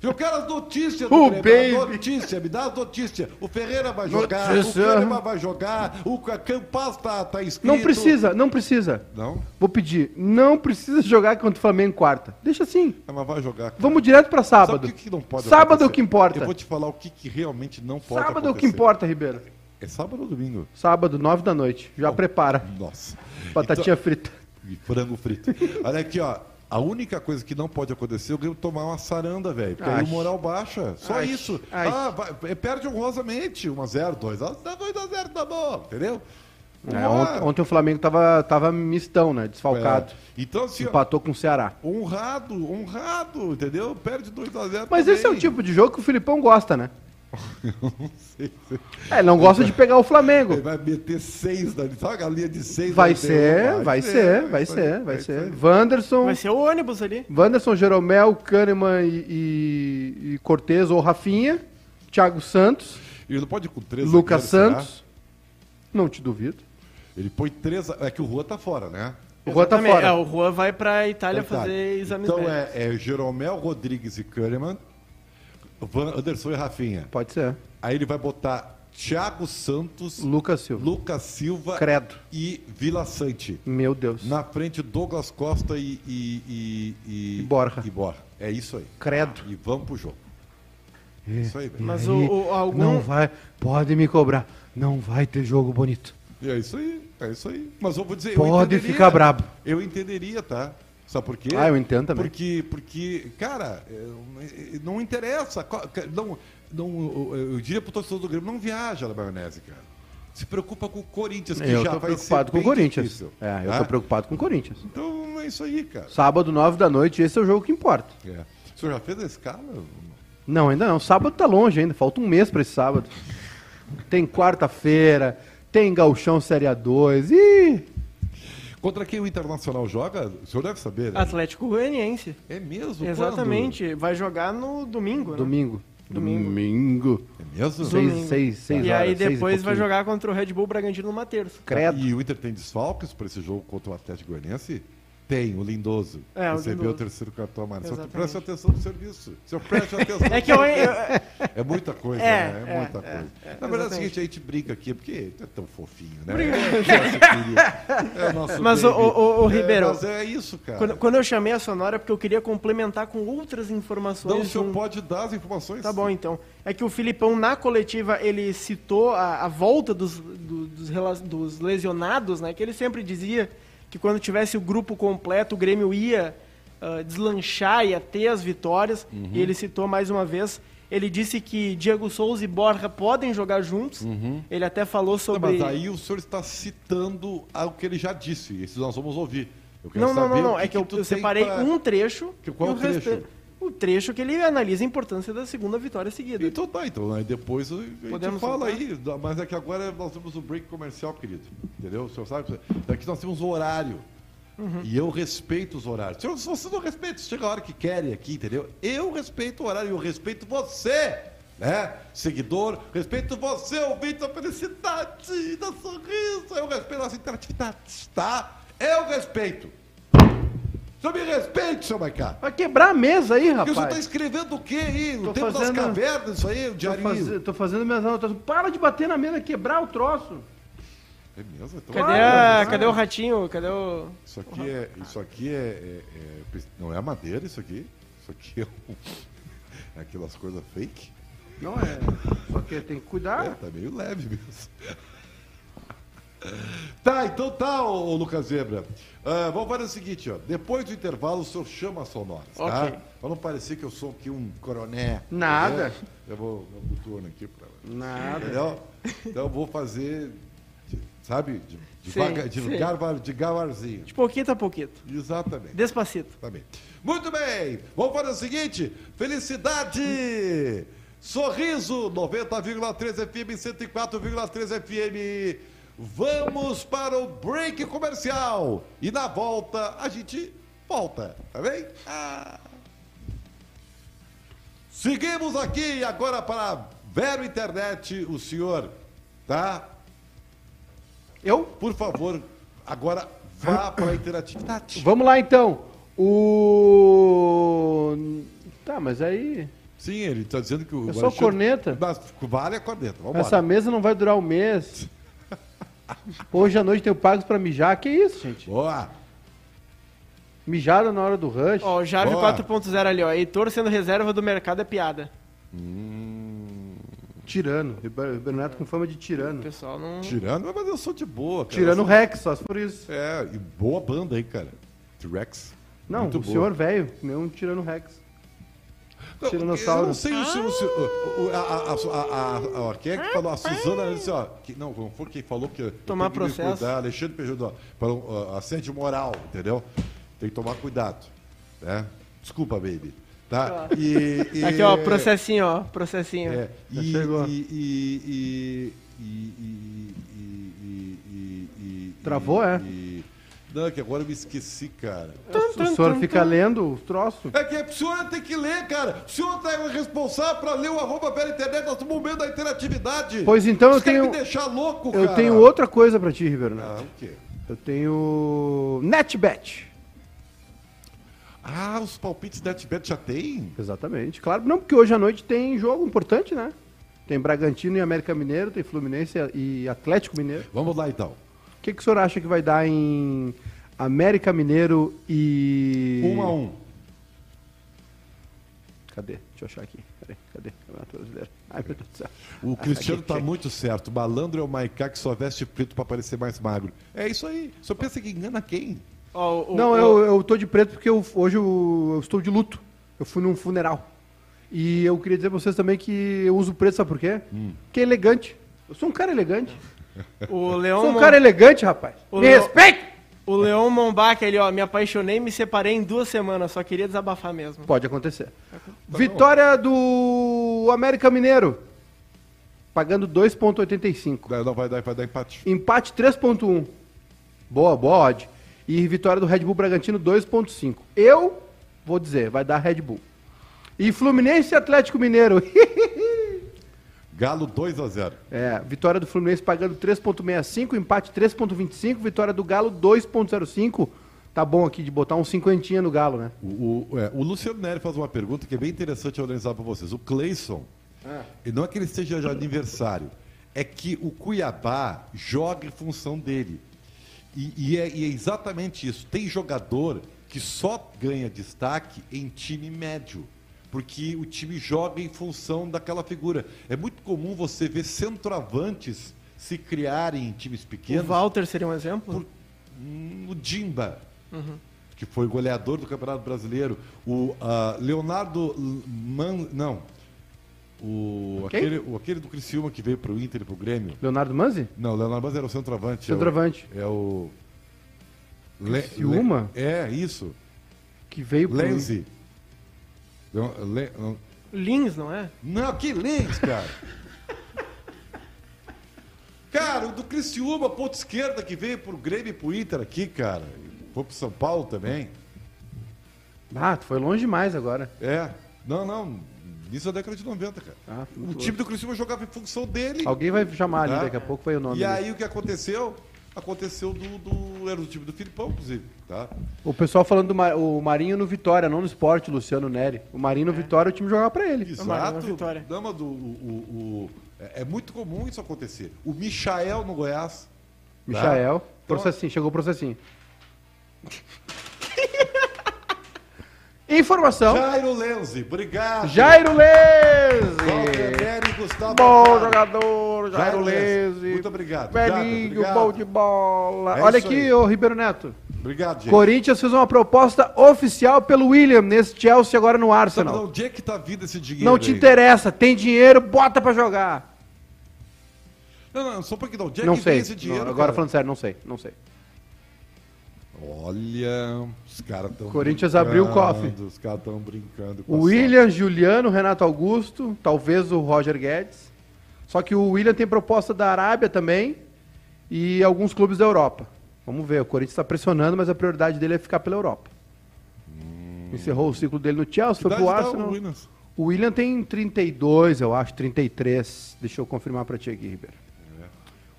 S1: Eu quero as notícias
S2: O
S1: Grêmio,
S2: baby.
S1: a Notícia, me dá as notícias. O Ferreira vai jogar,
S2: Notícia.
S1: o Kahneman vai jogar, o Ca- Campas tá, tá inscrito.
S2: Não precisa, não precisa.
S1: Não?
S2: Vou pedir. Não precisa jogar contra o Flamengo quarta. Deixa assim.
S1: Ah, Mas vai jogar. cara.
S2: Vamos direto pra
S1: Sabe o
S2: sábado.
S1: que, que não pode
S2: sábado é o
S1: acontecer?
S2: que importa.
S1: Eu vou te falar o que, que realmente não pode
S2: Sábado é o que
S1: acontecer.
S2: importa, Ribeiro.
S1: É sábado ou domingo?
S2: Sábado, nove da noite. Já prepara.
S1: Nossa.
S2: Batatinha frita.
S1: Então- e frango frito. Olha aqui, ó. A única coisa que não pode acontecer é o Grêmio tomar uma saranda, velho. Porque
S2: Ai.
S1: aí o moral baixa. Só
S2: Ai.
S1: isso.
S2: Ai.
S1: Ah, vai- é, perde honrosamente. 1x0, 2x0, 2x0, tá bom. Entendeu?
S2: É,
S1: Vamos
S2: ont-
S1: lá.
S2: ontem o Flamengo tava, tava mistão, né?
S1: É.
S2: Desfalcado.
S1: Então, assim, ó,
S2: Empatou com o Ceará.
S1: honrado, honrado, entendeu? Perde 2x0.
S2: Mas esse é o tipo de jogo que o Filipão gosta, né?
S1: Ele
S2: É, ele não gosta de pegar o Flamengo.
S1: vai meter 6 dali. Sabe a linha de 6?
S2: Vai ser, vai ser, vai ser, vai ser. Wanderson,
S3: Vai ser o ônibus ali.
S2: Wanderson, Jeromel, Kahneman e, e, e Cortez ou Rafinha. Thiago Santos,
S1: Ele não pode ir com 3
S2: Lucas Santos. Não te duvido.
S1: Ele põe três. É que o Rua tá fora, né?
S2: O Juan tá
S3: Exatamente. É,
S2: fora.
S3: o Juan vai pra Itália
S1: Então tá.
S3: fazer exames
S1: Então
S3: médicos.
S1: é, é Jeromel, Rodrigues e Kahneman, Van Anderson e Rafinha.
S2: Pode ser.
S1: Aí ele vai botar Thiago Santos,
S2: Lucas Silva.
S1: Lucas Silva
S2: Credo.
S1: e Vila Sante.
S2: Meu Deus.
S1: Na frente, Douglas Costa e. E, e,
S2: E Borja.
S1: e Borja. É isso aí.
S2: Credo.
S1: E vamos pro jogo. É isso aí, velho.
S3: Mas o, o- algum...
S2: Não vai, pode me cobrar. Não vai ter jogo bonito.
S1: E É isso aí, é isso aí. Mas eu vou dizer. eu
S2: Pode
S1: entenderia.
S2: ficar brabo.
S1: Eu entenderia, tá? Sabe por quê?
S2: Ah, eu entendo também.
S1: Porque, porque cara, é, não interessa. Qual- Não, não, eu eu diria pro torcedor do Grêmio, não viaja na maionese, cara. se preocupa com o Corinthians, que
S2: Eu
S1: já
S2: tô
S1: vai
S2: preocupado
S1: ser
S2: com o
S1: bem
S2: Corinthians.
S1: difícil.
S2: É, eu
S1: Tá?
S2: tô preocupado com o Corinthians.
S1: Então é isso aí, cara.
S2: Sábado, nove da noite, esse é o jogo que importa.
S1: É. O senhor já fez a escala?
S2: Não, ainda não. Sábado tá longe ainda. Falta um mês pra esse sábado. Tem quarta-feira, tem Galchão Série A2. Ih!
S1: Contra quem o Internacional joga? O senhor deve saber, né?
S3: Atlético Goianiense.
S1: É mesmo?
S3: Exatamente. Vai jogar no domingo, né?
S2: Domingo.
S3: Domingo.
S2: Domingo.
S1: Quando? É mesmo?
S3: Sim.
S2: Seis,
S3: Domingo.
S2: seis, seis
S3: E
S2: horas.
S3: aí
S2: seis e
S3: depois vai
S2: pouquinho.
S3: jogar contra o Red Bull Bragantino numa terça.
S2: Credo.
S1: E o Inter tem desfalques para esse jogo contra o Atlético Goianiense? Tem, o Lindoso.
S3: É, o
S1: Recebeu
S3: Lindoso.
S1: o terceiro cartão amarelo. Só
S3: Exatamente.
S1: preste atenção no serviço. Só preste atenção no
S3: É que eu,
S1: serviço.
S3: eu-
S1: É muita coisa,
S3: É,
S1: né? É,
S3: é,
S1: muita
S3: é,
S1: coisa.
S3: é,
S1: Na verdade é o
S3: exatamente.
S1: seguinte, a gente brinca aqui, porque é tão fofinho, né? É o nosso querido, é o nosso
S3: Mas o-
S1: baby.
S3: o- o- o
S1: É,
S3: Ribeiro,
S1: Mas é isso, cara.
S3: quando, quando eu chamei a sonora, é porque eu queria complementar com outras informações.
S1: Não, Então, o
S3: de
S1: senhor
S3: um-
S1: pode dar as informações.
S3: Tá bom, então. É que o Filipão, na coletiva, ele citou a, a volta dos, do- dos, rela- dos lesionados, né? Que ele sempre dizia que quando tivesse o grupo completo, o Grêmio ia ah, deslanchar, ia ter as vitórias.
S2: Uhum.
S3: E ele citou mais uma vez. Ele disse que Diego Souza e Borja podem jogar juntos.
S2: Uhum.
S3: Ele até falou
S1: Não,
S3: sobre...
S1: mas aí o senhor está citando algo que ele já disse. Isso nós vamos ouvir. Eu quero
S3: Não, não,
S1: saber
S3: não,
S1: o
S3: não. É que eu,
S1: tu
S3: eu
S1: tem
S3: separei
S1: pra-
S3: um trecho.
S1: Que- qual
S3: e
S1: o trecho?
S3: restante- O trecho que ele analisa a importância da segunda vitória seguida.
S1: Então tá, então. Aí depois a gente
S3: Podemos
S1: fala
S3: soltar?
S1: aí. dá- Mas é que agora nós temos um break comercial, querido. Entendeu? O senhor sabe? Daqui nós temos um horário. E eu respeito os horários. Senhor, se você não respeita, chega a hora que querem aqui, entendeu? Eu respeito o horário, eu respeito você, né? Seguidor, respeito você, ouvinte da felicidade, da sorriso, eu respeito a nossa interatividade, tá? Eu respeito. Só me respeite, seu Maicá.
S2: Vai quebrar a mesa aí,
S1: Porque o senhor tá
S2: rapaz.
S1: escrevendo o quê aí? O
S2: Tô
S1: tempo
S2: fazendo-
S1: das cavernas, isso aí, o
S2: Tô,
S1: diarinho.
S2: faze- tô fazendo minhas anotações. Para de bater na mesa, quebrar o troço.
S1: É mesmo? Então,
S3: Cadê,
S1: olha,
S3: a, cadê o ratinho? Cadê o...
S1: Isso aqui é. Isso aqui é, é- é pres- Não é madeira isso aqui. Isso aqui é, um- é aquelas coisas fake.
S2: Não é. Só que tem que
S1: É,
S2: cuidar.
S1: tá meio leve mesmo. Tá, então tá, ô, ô Lucas Zebra. Ah, vamos fazer o seguinte, ó. Depois do intervalo, o senhor chama as sonoras, tá?
S3: Ok.
S1: Pra não parecer que eu sou aqui um coroné.
S2: Nada.
S1: entendeu? Eu vou dar um turno aqui pra.
S2: Nada.
S1: Entendeu? Então eu vou fazer, de- sabe, de,
S3: Sim,
S1: devagar, de,
S3: sim.
S1: garvar- de gavarzinho.
S3: De pouquito a pouquito.
S1: Exatamente.
S3: Despacito.
S1: Exatamente. Tá Muito bem, vamos fazer o seguinte: felicidade! Sorriso 90,3 FM, 104,3 FM. Vamos para o break comercial e na volta a gente volta, tá bem? Ah. Seguimos aqui agora para a Vero Internet, o senhor, tá?
S2: Eu?
S1: Por favor, agora vá para a interatividade.
S2: Vamos lá então. O. Tá, mas aí.
S1: Sim, ele está dizendo que o. é
S2: Eu sou corneta.
S1: Mas vale a corneta. Vamos
S2: Essa mesa não vai durar um mês. Hoje à noite tenho pagos pra mijar. Que isso, gente?
S1: Boa!
S2: Mijaram na hora do rush.
S3: Ó, o Jave
S1: Boa.
S3: 4.0 ali, ó. Heitor sendo reserva do mercado é piada.
S2: Tirano. Ribe- Bernardo com fama de
S3: O
S2: tirano.
S3: pessoal não...
S1: Tirando, mas eu sou de boa, cara.
S2: Tirano
S1: Eu
S2: Rex, só se for isso.
S1: sou... É, e boa banda aí, cara. T-Rex.
S2: Não,
S1: Muito
S2: o
S1: boa.
S2: senhor velho comeu um tirano Rex.
S1: Não,
S2: Tiranossauro.
S1: Eu não sei o senhor. o senhor- o- o- a, a, a- a- a- quem é que falou? A Suzana ela disse, ó. que- não, não foi quem falou que.
S3: Tomar
S1: tem que me
S3: processo.
S1: Cuidar, Alexandre Peugeot, ó, falou, ó, assédio moral, entendeu? Tem que tomar cuidado. Né? Desculpa, baby. Tá? E, e-
S3: Aqui, ó, processinho, ó. Processinho.
S1: É,
S2: Já
S1: e,
S2: chegou.
S1: e, e, e, e, e, e, e, e, e-
S2: Travou, é?
S1: e- não, é que agora eu me esqueci, cara.
S2: O senhor fica lendo os troços.
S1: É que o senhor tem que ler, cara. O senhor tá responsável pra ler o arroba pela internet, nós estamos momento da interatividade.
S2: Pois então,
S1: Isso
S2: eu
S1: quer
S2: tenho-
S1: me deixar louco, cara.
S2: Eu tenho outra coisa pra ti, Ribeirão.
S1: Ah, o quê?
S2: Eu tenho. Netbet.
S1: Ah, os palpites da Tibet já tem?
S2: Exatamente. Claro, não, porque hoje à noite tem jogo importante, né? Tem Bragantino e América Mineiro, tem Fluminense e Atlético Mineiro.
S1: Vamos lá, então.
S2: O que, que o senhor acha que vai dar em América Mineiro e.
S1: Um a um.
S2: Cadê? Deixa eu achar aqui. Peraí, cadê? Campeonato Brasileiro. Ai, meu Deus do céu.
S1: O
S2: Ah,
S1: Cristiano
S2: aqui,
S1: tá
S2: aqui.
S1: muito certo. Malandro é o Maicá que só veste preto pra parecer mais magro. É isso aí. Só pensa que engana quem?
S3: Ó, o- o-
S2: Não,
S3: o-
S2: eu, eu tô de preto porque eu- hoje eu, eu estou de luto. Eu fui num funeral.
S1: Hum. Então
S2: E eu queria dizer pra vocês também que eu uso preto, sabe por quê? Porque é elegante. Eu sou um cara elegante.
S3: O
S2: Sou
S3: Leon,
S2: um cara elegante, rapaz.
S3: O
S2: Me
S3: Leo-
S2: respeita!
S3: o Leon Mombac, ele, ó, me apaixonei e me separei em duas semanas, só queria desabafar mesmo.
S2: Pode acontecer. Vitória do América Mineiro. Pagando 2,85.
S1: Não, não, vai dar, vai dar empate.
S2: Empate 3.1. Boa, boa odd. E vitória do Red Bull Bragantino 2.5. Eu vou dizer, vai dar Red Bull. E Fluminense e Atlético Mineiro.
S1: Galo 2x0.
S2: é, vitória do Fluminense pagando 3.65, empate 3.25, vitória do Galo 2.05. Tá bom aqui de botar um cinquentinha no Galo, né?
S1: O, o- é, o Luciano Neri faz uma pergunta que é bem interessante eu organizar para vocês. O Cleison, e não é que ele esteja de aniversário, é que o Cuiabá joga em função dele. E, e é, e é exatamente isso. Tem jogador que só ganha destaque em time médio, porque o time joga em função daquela figura. É muito comum você ver centroavantes se criarem em times
S3: O
S1: pequenos.
S3: Walter seria um exemplo?
S1: Hum, o Dimba, que foi goleador do Campeonato Brasileiro. O ah, Leonardo L- Man... Não. O
S2: Quem?
S1: aquele, o aquele do Criciúma que veio pro Inter e pro Grêmio.
S2: Leonardo Manzi?
S1: Não, o Leonardo Manzi era o centroavante.
S2: Centroavante.
S1: É o... É o... Le-
S2: Criciúma?
S1: Le- É, isso.
S2: Que veio pro-
S1: Lenzi. Leon- Le- não.
S3: Lins, não é?
S1: Não, que Lenz, cara. cara, o do Criciúma, ponta esquerda, que veio pro Grêmio e pro Inter aqui, cara. Foi pro São Paulo também.
S2: Ah, tu foi longe demais agora.
S1: É. Não, não. Isso é década de 90, cara.
S2: Ah, muito
S1: o
S2: louco.
S1: time do Criciúma jogava em função dele.
S2: Alguém vai chamar ali
S1: tá?
S2: daqui a pouco, vai o nome.
S1: E
S2: ali.
S1: aí o que aconteceu? Aconteceu do, do- Era do time do Filipão, inclusive. Tá?
S2: O pessoal falando do Ma- o Marinho no Vitória, não no esporte, Luciano Neri. O Marinho no Vitória, o time jogava pra ele.
S1: É. Exato.
S3: vitória.
S1: Dama do. o- o- o- é, é muito comum isso acontecer. O Michael no Goiás.
S2: Michael,
S1: Tá. Então-
S2: processinho, chegou o processinho. Informação.
S1: Jairo Lenzi, obrigado.
S2: Jairo
S1: Walter
S2: Lese.
S1: Neri, Gustavo
S2: Bom
S1: Alfaro.
S2: jogador, Jairo
S1: Jairo Lese.
S2: Lese.
S1: Muito obrigado,
S2: Velhinho,
S1: obrigado,
S2: bom
S1: obrigado.
S2: de bola.
S1: É
S2: Olha
S1: isso
S2: aqui,
S1: aí.
S2: ô Ribeiro Neto.
S1: Obrigado, gente.
S2: Corinthians fez uma proposta oficial pelo William nesse Chelsea agora no
S1: Sabe
S2: Arsenal.
S1: de onde é que tá vindo esse dinheiro?
S2: Não te
S1: aí?
S2: interessa, tem dinheiro, bota pra jogar.
S1: Não, não, só porque não. Onde é
S2: não
S1: que
S2: sei.
S1: vem esse dinheiro?
S2: Não, agora
S1: cara?
S2: falando sério, não sei, não sei.
S1: Olha, os caras estão.
S2: Corinthians abriu o cofre.
S1: Os caras estão brincando. com
S2: O
S1: a
S2: William, Juliano, Renato Augusto, talvez o Roger Guedes. Só que o William tem proposta da Arábia também e alguns clubes da Europa. Vamos ver, o Corinthians está pressionando, mas a prioridade dele é ficar pela Europa.
S1: Hum.
S2: Encerrou o ciclo dele no
S1: sorte.
S2: Chelsea, foi pro
S1: Idade dá o
S2: Arsenal.
S1: Williams.
S2: O William tem 32, eu acho, 33. Deixa eu confirmar pra ti aqui, Ribeiro.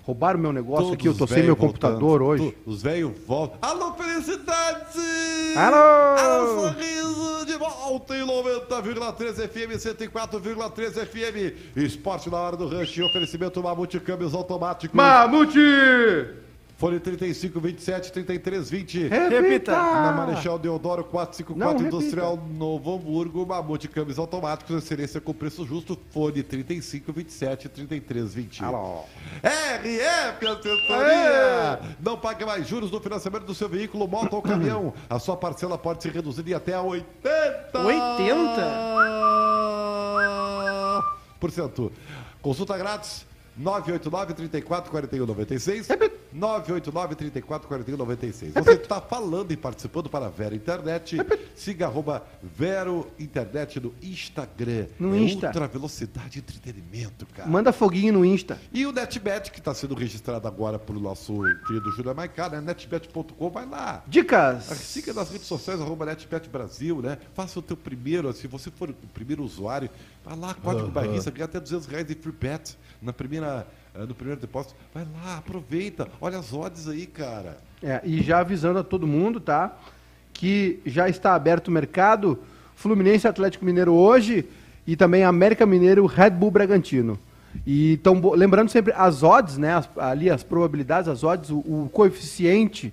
S2: Roubaram meu negócio aqui, eu
S1: É. Todos
S2: tô
S1: os
S2: sem meu
S1: velhos
S2: computador
S1: voltando.
S2: hoje.
S1: Tu- Os velhos voltam. Alô, felicidade!
S2: Alô!
S1: Alô, sorriso de volta em 90,3 FM, 104,3 FM. Esporte na hora do rush. Oferecimento Mamute Câmbios Automáticos.
S2: Mamute!
S1: Fone 35, 27, 33, 20.
S2: É
S3: Repita.
S1: Na Marechal Deodoro 454
S2: Ah! Não,
S1: Industrial Novo Hamburgo, Mamute Câmbios Automáticos, excelência com preço justo, fone 35, 27, 33, 20.
S2: Alô.
S1: RF Assessoria! Não pague mais juros no financiamento do seu veículo, moto ou caminhão. A sua parcela pode ser reduzida em até 80! 80%. Consulta grátis 989 34 41 96 989 34 41 96 Você está falando e participando para a Vera Internet. Siga arroba Vero Internet no Instagram.
S2: No
S1: é
S2: Insta.
S1: Ultra velocidade e entretenimento, cara.
S2: Manda foguinho no Insta.
S1: E o NetBet, que está sendo registrado agora pelo nosso querido Júlio Maicá, né? netbet.com, vai lá.
S2: Dicas.
S1: Siga nas redes sociais, arroba NetBet Brasil, né? Faça o teu primeiro, se você for o primeiro usuário, vai lá, código barrista, ganha até 200 reais de free bet na primeira, eh, no primeiro depósito. Vai lá, aproveita, olha as odds aí, cara.
S2: É, e já avisando a todo mundo, tá? Que já está aberto o mercado. Fluminense e Atlético Mineiro hoje e também América Mineiro e Red Bull Bragantino. E tão bo- lembrando sempre as odds, né? as- ali as probabilidades, as odds, o, o coeficiente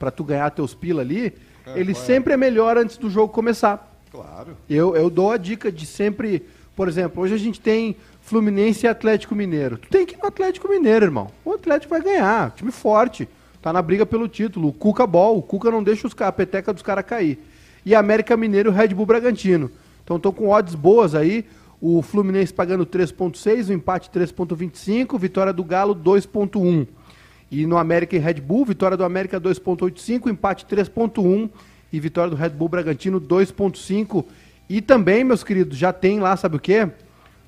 S2: pra tu ganhar teus pila ali, ele sempre Hum. é melhor antes do jogo começar.
S1: Claro.
S2: Eu, eu dou a dica de sempre, por exemplo, hoje a gente tem Fluminense e Atlético Mineiro. Tu tem que ir no Atlético Mineiro, irmão. O Atlético vai ganhar, time forte. Tá na briga pelo título. O Cuca Ball, o Cuca não deixa os, ca- a peteca dos caras cair. E América Mineiro, Red Bull Bragantino. Então estão com odds boas aí. O Fluminense pagando 3,6, o empate 3,25, vitória do Galo 2,1. E no América e Red Bull, vitória do América 2,85, empate 3,1 e vitória do Red Bull Bragantino 2,5. E também, meus queridos, já tem lá, sabe o quê?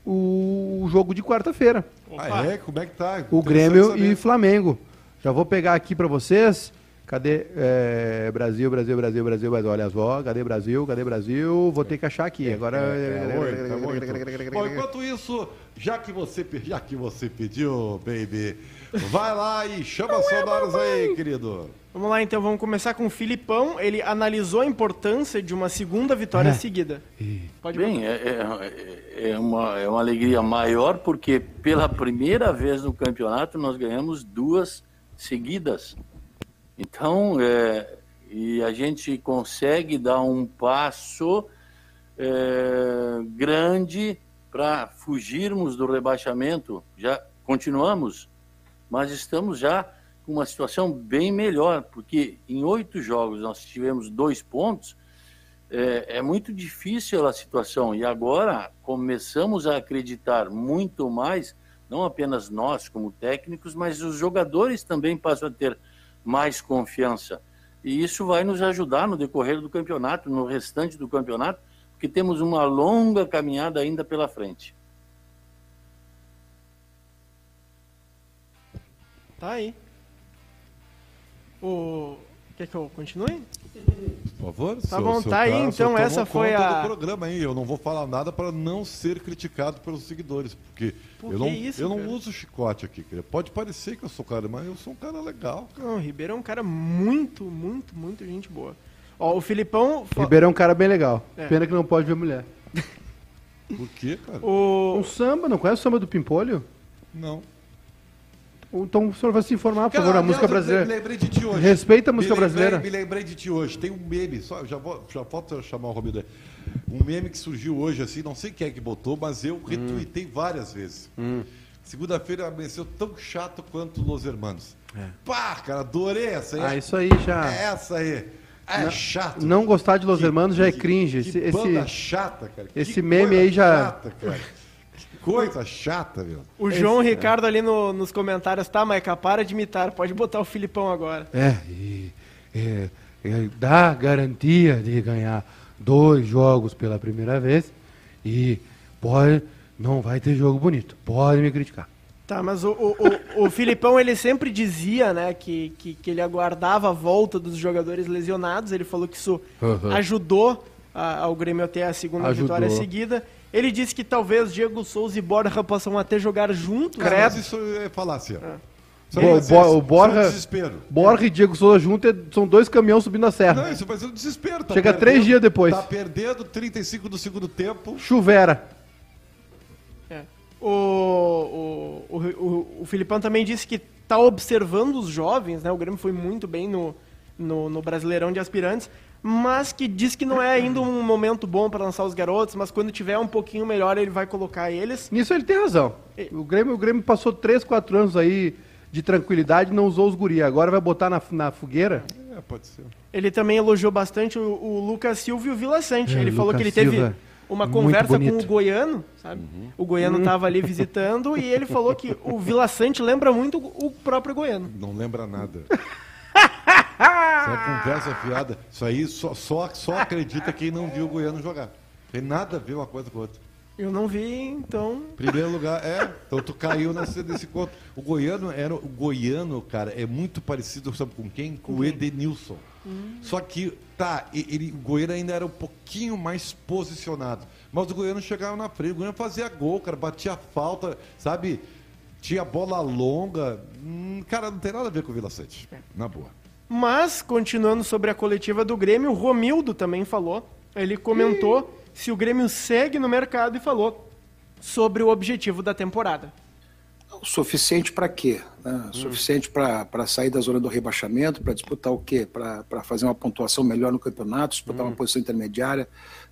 S2: O jogo de quarta-feira.
S1: Ah, é? Como é que tá?
S2: O
S1: Interessante
S2: Grêmio
S1: saber.
S2: e Flamengo. Já vou pegar aqui pra vocês. Cadê é, Brasil, Brasil, Brasil, Brasil? Mas olha as vozes. Cadê Brasil? Cadê Brasil? Vou ter que achar aqui. Agora.
S1: É oito,
S2: tá
S1: é
S2: então.
S1: oito. Bom, enquanto isso, já que você, pe- já que você pediu, baby, vai lá e chama
S2: é,
S1: as sonoras aí, querido.
S3: Vamos lá então, vamos começar com o Filipão. Ele analisou a importância de uma segunda vitória seguida. Pode ver.
S5: Bem, é, é- é uma, é uma alegria maior porque pela primeira vez no campeonato nós ganhamos duas seguidas. Então, é, e a gente consegue dar um passo é, grande para fugirmos do rebaixamento. Já continuamos, mas estamos já com uma situação bem melhor, porque em oito jogos nós tivemos dois pontos é, é muito difícil a situação e agora começamos a acreditar muito mais, não apenas nós como técnicos, mas os jogadores também passam a ter mais confiança. E isso vai nos ajudar no decorrer do campeonato, no restante do campeonato, porque temos uma longa caminhada ainda pela frente.
S3: Tá aí. O. Quer que eu continue?
S1: Por favor,
S3: Tá bom, tá aí,
S1: cara,
S3: então,
S1: tomou
S3: essa foi
S1: conta
S3: a-
S1: do programa aí. Eu não vou falar nada para não ser criticado pelos seguidores, porque
S3: Por
S1: eu
S3: que
S1: não,
S3: isso,
S1: eu não
S3: cara?
S1: uso chicote aqui, querido. Pode parecer que eu sou cara, mas eu sou um cara legal.
S3: Não, o Ribeiro é um cara muito, muito, muito gente boa. Ó, o Filipão. fa-
S2: Ribeirão é um cara bem legal.
S3: É.
S2: Pena que não pode ver mulher.
S1: Por quê, cara?
S2: Um
S3: O.
S2: samba, não conhece o samba do Pimpolho?
S1: Não.
S2: Então o senhor vai se informar, por favor,
S1: Cara,
S2: na música
S1: aliás, eu Me
S2: brasileira.
S1: lembrei de ti hoje.
S2: Respeita a música
S1: Me lembrei-
S2: brasileira.
S1: Me lembrei de ti hoje. Tem um meme, só, já, vou, já falta eu chamar o Romildo. aí. Um meme que surgiu hoje, assim, não sei quem é que botou, mas
S2: Hum.
S1: eu retuitei várias vezes. Segunda-feira amanheceu tão chato quanto Los Hermanos. Pá, cara, adorei essa aí.
S2: É. Ah, isso aí já.
S1: É essa aí. É chato.
S2: Não gostar de Los
S1: Que-
S2: Hermanos já é
S1: que-
S2: cringe.
S1: Que
S2: Esse-
S1: banda
S2: esse-
S1: chata, cara. Que
S2: esse meme
S1: coisa
S2: aí já-
S1: Chata, cara. Que coisa chata, meu.
S3: O João Ricardo ali no- nos comentários, tá, Maica, para de imitar, pode botar o Filipão agora.
S2: É, e, é, é, dá garantia de ganhar dois jogos pela primeira vez e pode, não vai ter jogo bonito. Pode me criticar.
S3: Tá, mas o, o, o, o Filipão, ele sempre dizia, né, que, que, que ele aguardava a volta dos jogadores lesionados. Ele falou que isso
S2: Uhum.
S3: ajudou a- ao Grêmio até a segunda
S2: Ajudou.
S3: vitória seguida. Ele disse que talvez Diego Souza e Borja possam até jogar juntos. né?
S1: Cara, mas isso é falácia. Isso é
S2: Bo-
S1: falácia,
S2: Bo-
S1: isso-
S2: o Borja-
S1: isso é um desespero.
S2: Borja e Diego Souza juntos é- são dois caminhões subindo a serra.
S1: Não, isso vai ser um desespero. tá
S2: Chega três dias depois.
S1: Tá perdendo 35 do segundo tempo.
S2: Chuvera.
S3: É. O, o, o, o, o Filipão também disse que está observando os jovens, né? O Grêmio foi muito bem no, no, no Brasileirão de Aspirantes, mas que diz que não é ainda um momento bom para lançar os garotos, mas quando tiver um pouquinho melhor ele vai colocar eles.
S2: Nisso ele tem razão. O Grêmio, o Grêmio passou três, quatro anos aí de tranquilidade, não usou os guri. Agora vai botar na, na fogueira.
S1: É, pode ser.
S3: Ele também elogiou bastante o, o Lucas Silva e o Vila Sante.
S2: É,
S3: ele
S2: o
S3: falou
S2: Lucas
S3: que ele teve
S2: Silva,
S3: uma
S2: muito
S3: conversa com o
S2: bonito.
S3: Goiano, sabe? O Goiano estava ali visitando e ele falou que o Vila Sante lembra muito o o próprio Goiano.
S1: Não lembra nada. Isso é conversa fiada. Isso aí só, só, só acredita quem não viu o Goiano jogar. Tem nada a ver uma coisa com a outra.
S3: Eu não vi, então
S1: Primeiro lugar, é. Então tu caiu nesse, nesse conto. O Goiano era. O Goiano, cara, é muito parecido, sabe com quem? Com o Edenilson. Só que, tá, e- ele, o Goiano ainda era um pouquinho mais posicionado. Mas o Goiano chegava na frente, o Goiano fazia gol, cara, batia falta, sabe? Tinha bola longa. Hum, cara, não tem nada a ver com o Vila Sante. Na boa.
S3: Mas, continuando sobre a coletiva do Grêmio, o Romildo também falou. Ele comentou
S2: Hum.
S3: se o Grêmio segue no mercado e falou sobre o objetivo da temporada.
S6: O suficiente para quê? né? O Suficiente para sair da zona do rebaixamento, para disputar o quê? Para fazer uma pontuação melhor no campeonato, disputar uma posição intermediária,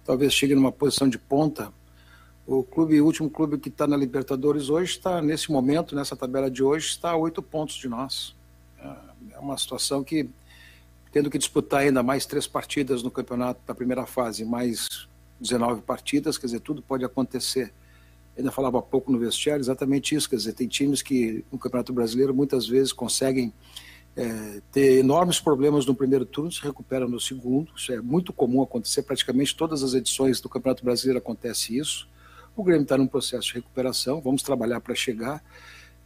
S6: talvez chegue numa posição de ponta. O clube, o último clube que está na Libertadores hoje está nesse momento, nessa tabela de hoje, está a oito pontos de nós. É uma situação que, tendo que disputar ainda mais três partidas no campeonato da primeira fase, mais 19 partidas, quer dizer, tudo pode acontecer. ainda falava há pouco no vestiário, exatamente isso. Quer dizer, tem times que no Campeonato Brasileiro muitas vezes conseguem é, ter enormes problemas no primeiro turno, se recuperam no segundo. Isso é muito comum acontecer, praticamente todas as edições do Campeonato Brasileiro acontece isso. O Grêmio está num processo de recuperação, vamos trabalhar para chegar.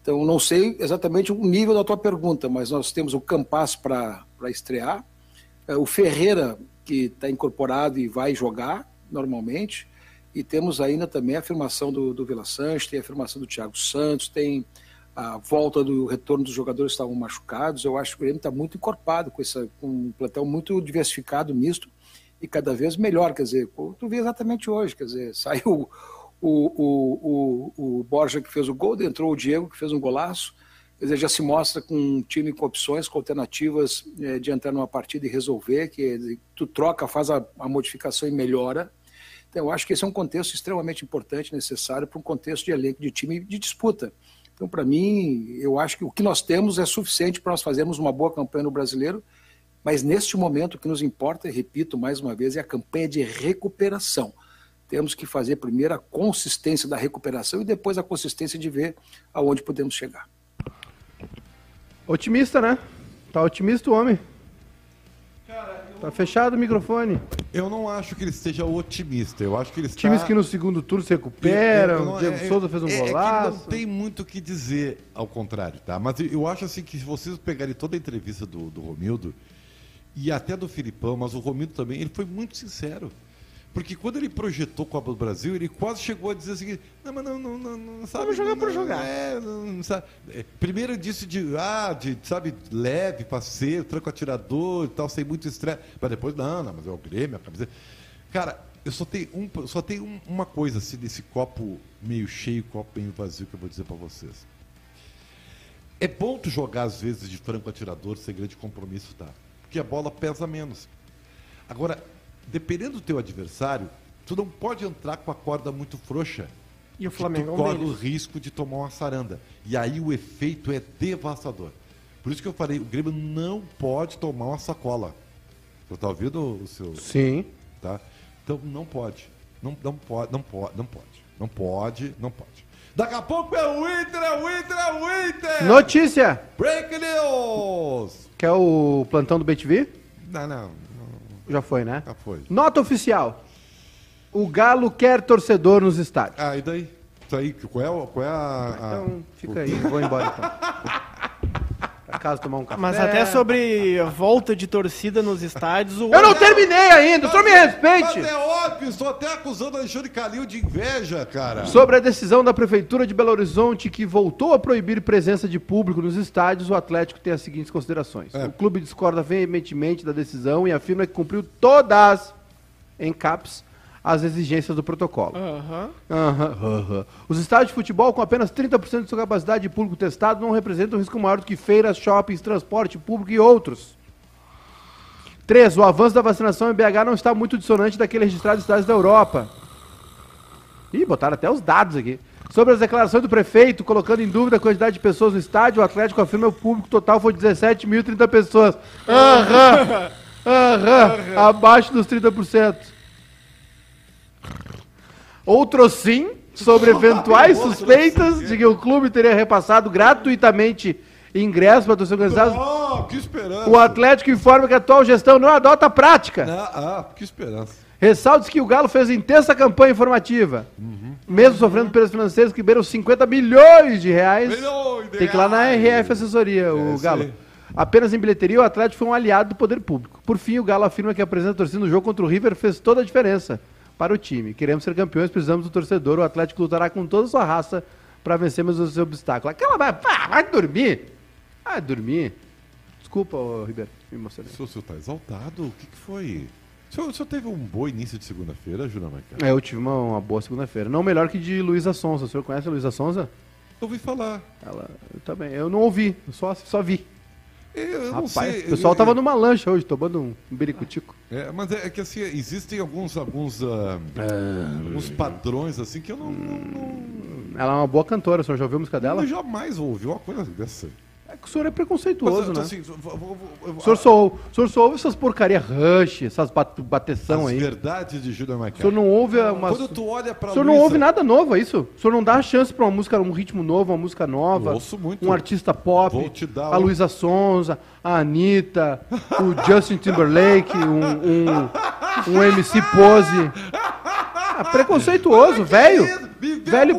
S6: Então, não sei exatamente o nível da tua pergunta, mas nós temos o Campas para estrear, é, o Ferreira, que está incorporado e vai jogar normalmente, e temos ainda também a afirmação do, do Vila Sanches, tem a afirmação do Thiago Santos, tem a volta do retorno dos jogadores que estavam machucados. Eu acho que o Grêmio está muito encorpado com, essa, com um plantel muito diversificado, misto e cada vez melhor. Quer dizer, tu vê exatamente hoje, quer dizer, saiu o, o, o, o Borja que fez o gol, entrou o Diego que fez um golaço. Quer dizer, já se mostra com um time com opções, com alternativas eh, de entrar numa partida e resolver, que tu troca, faz a, a modificação e melhora. Então, eu acho que esse é um contexto extremamente importante, necessário para um contexto de elenco, de time, de disputa. Então, para mim, eu acho que o que nós temos é suficiente para nós fazermos uma boa campanha no brasileiro, mas neste momento o que nos importa, e repito mais uma vez, é a campanha de recuperação. Temos que fazer primeiro a consistência da recuperação e depois a consistência de ver aonde podemos chegar.
S2: Otimista, né? Tá otimista o homem. Tá fechado o microfone.
S1: Eu não acho que ele esteja otimista. Eu acho que ele tá está...
S2: Times que no segundo turno se
S1: Eu- eu
S2: recuperam,
S1: não-
S2: o Diego
S1: é-
S2: Souza fez um
S1: é- é que
S2: golaço.
S1: não tem muito o que dizer, ao contrário, tá? Mas eu- eu acho assim que se vocês pegarem toda a entrevista do, do Romildo e até do Filipão, mas o Romildo também, ele foi muito sincero. Porque quando ele projetou Copa do Brasil, ele quase chegou a dizer assim, não, mas não, não, não, não sabe.
S3: Vamos jogar
S1: não,
S3: por
S1: não,
S3: jogar."
S1: É, não, não sabe. É, Primeiro ele disse de, ah, de, sabe, leve, passeio, tranco atirador e tal, sem muito estresse. Mas depois, não, não, mas é o Grêmio, a camiseta. Cara, eu só tenho, um, só tenho um- uma coisa assim desse copo meio cheio, copo meio vazio que eu vou dizer pra vocês. É bom tu jogar às vezes de franco atirador sem grande compromisso, tá? Porque a bola pesa menos. Agora, dependendo do teu adversário, tu não pode entrar com a corda muito frouxa.
S3: E o
S1: que
S3: Flamengo
S1: tu
S3: é um
S1: corre
S3: deles.
S1: o risco de tomar uma saranda. E aí o efeito é devastador. Por isso que eu falei, o Grêmio não pode tomar uma sacola. Você tá ouvindo o seu
S2: Sim.
S1: tá? Então não pode. Não, não pode, não pode, não pode. Não pode, não pode. Daqui a pouco é o Inter, é o Inter, é o Inter!
S2: Notícia!
S1: Break news!
S2: Quer o plantão do BTV?
S1: Não, não, não,
S2: Já foi, né?
S1: já foi.
S2: Nota oficial. O Galo quer torcedor nos estádios.
S1: Ah, e daí? Isso aí, qual é, o- qual é a. a-
S2: Então, fica aí, vou embora então. Pra casa tomar um café.
S3: Mas até sobre a volta de torcida nos estádios, o
S2: Eu não terminei ainda, o senhor me
S1: Mas
S2: respeite!
S1: é óbvio, estou até acusando o Alexandre Calil de inveja, cara.
S2: Sobre a decisão da Prefeitura de Belo Horizonte que voltou a proibir presença de público nos estádios, o Atlético tem as seguintes considerações.
S1: É.
S2: O clube discorda veementemente da decisão e afirma que cumpriu todas, em caps, as exigências do protocolo.
S3: Aham.
S2: Aham, aham. Os estádios de futebol com apenas 30% de sua capacidade de público testado não representam risco maior do que feiras, shoppings, transporte público e outros. 3. O avanço da vacinação em BH não está muito dissonante daquele registrado em estados da Europa. Ih, botaram até os dados aqui. Sobre as declarações do prefeito, colocando em dúvida a quantidade de pessoas no estádio, o Atlético afirma que o público total foi 17.030 pessoas. Aham! Aham! Abaixo dos 30%. Outro sim, sobre eventuais suspeitas de que o clube teria repassado gratuitamente ingressos para torcedores organizados.
S1: Oh, que esperança!
S2: O Atlético informa que a atual gestão não adota a prática.
S1: Ah, ah, que esperança.
S2: Ressalta-se que o Galo fez intensa campanha informativa,
S1: Uhum.
S2: mesmo sofrendo perdas financeiras que beiram 50 milhões de reais.
S1: Milhões de
S2: Tem que ir lá na
S1: reais. É,
S2: RF Assessoria, o
S1: isso
S2: Galo.
S1: aí.
S2: Apenas em bilheteria, o Atlético foi um aliado do poder público. Por fim, o Galo afirma que a presença da torcida no jogo contra o River fez toda a diferença para o time. Queremos ser campeões, precisamos do torcedor. O Atlético lutará com toda a sua raça para vencermos os obstáculos. Aquela vai, pá, vai dormir. Vai dormir. Desculpa, ô, Ribeiro, me emocionei.
S1: O senhor, o senhor tá exaltado? O que, que foi? O senhor, o senhor teve um bom início de segunda-feira, Júnior Maica?
S2: É, eu tive uma, uma boa segunda-feira. Não melhor que de Luísa Sonza. O senhor conhece a Luísa Sonza?
S1: Eu ouvi falar.
S2: Ela, eu também. Eu não ouvi, eu só, só vi.
S1: Eu, eu não
S2: Rapaz,
S1: sei.
S2: o pessoal
S1: eu,
S2: tava numa lancha hoje, tomando um biricutico.
S1: É, mas é, é que assim, existem alguns, alguns, ah,
S2: É.
S1: alguns padrões assim que eu não, não, não-
S2: Ela é uma boa cantora, o senhor já ouviu a música dela?
S1: eu jamais ouvi uma coisa dessa.
S2: É o senhor é preconceituoso,
S1: Mas,
S2: né?
S1: assim, vou- vou- vou- eu-
S2: O senhor só ouve, o senhor só ouve essas porcaria rush, essas bat- bateção
S1: As
S2: aí.
S1: verdades de Julian
S2: O senhor
S1: McCarthy.
S2: não ouve uma.
S1: Quando tu olha pra
S2: O senhor não
S1: Luísa-
S2: ouve nada novo, é isso? O senhor não dá chance pra uma música, um ritmo novo, uma música nova.
S1: Eu ouço muito.
S2: Um artista pop.
S1: Vou te dar
S2: a
S1: um-
S2: Luísa Sonza, a Anitta, o Justin Timberlake, um, um, um MC Pose. Ah, preconceituoso, velho.
S1: Me deu
S2: Velho
S1: uma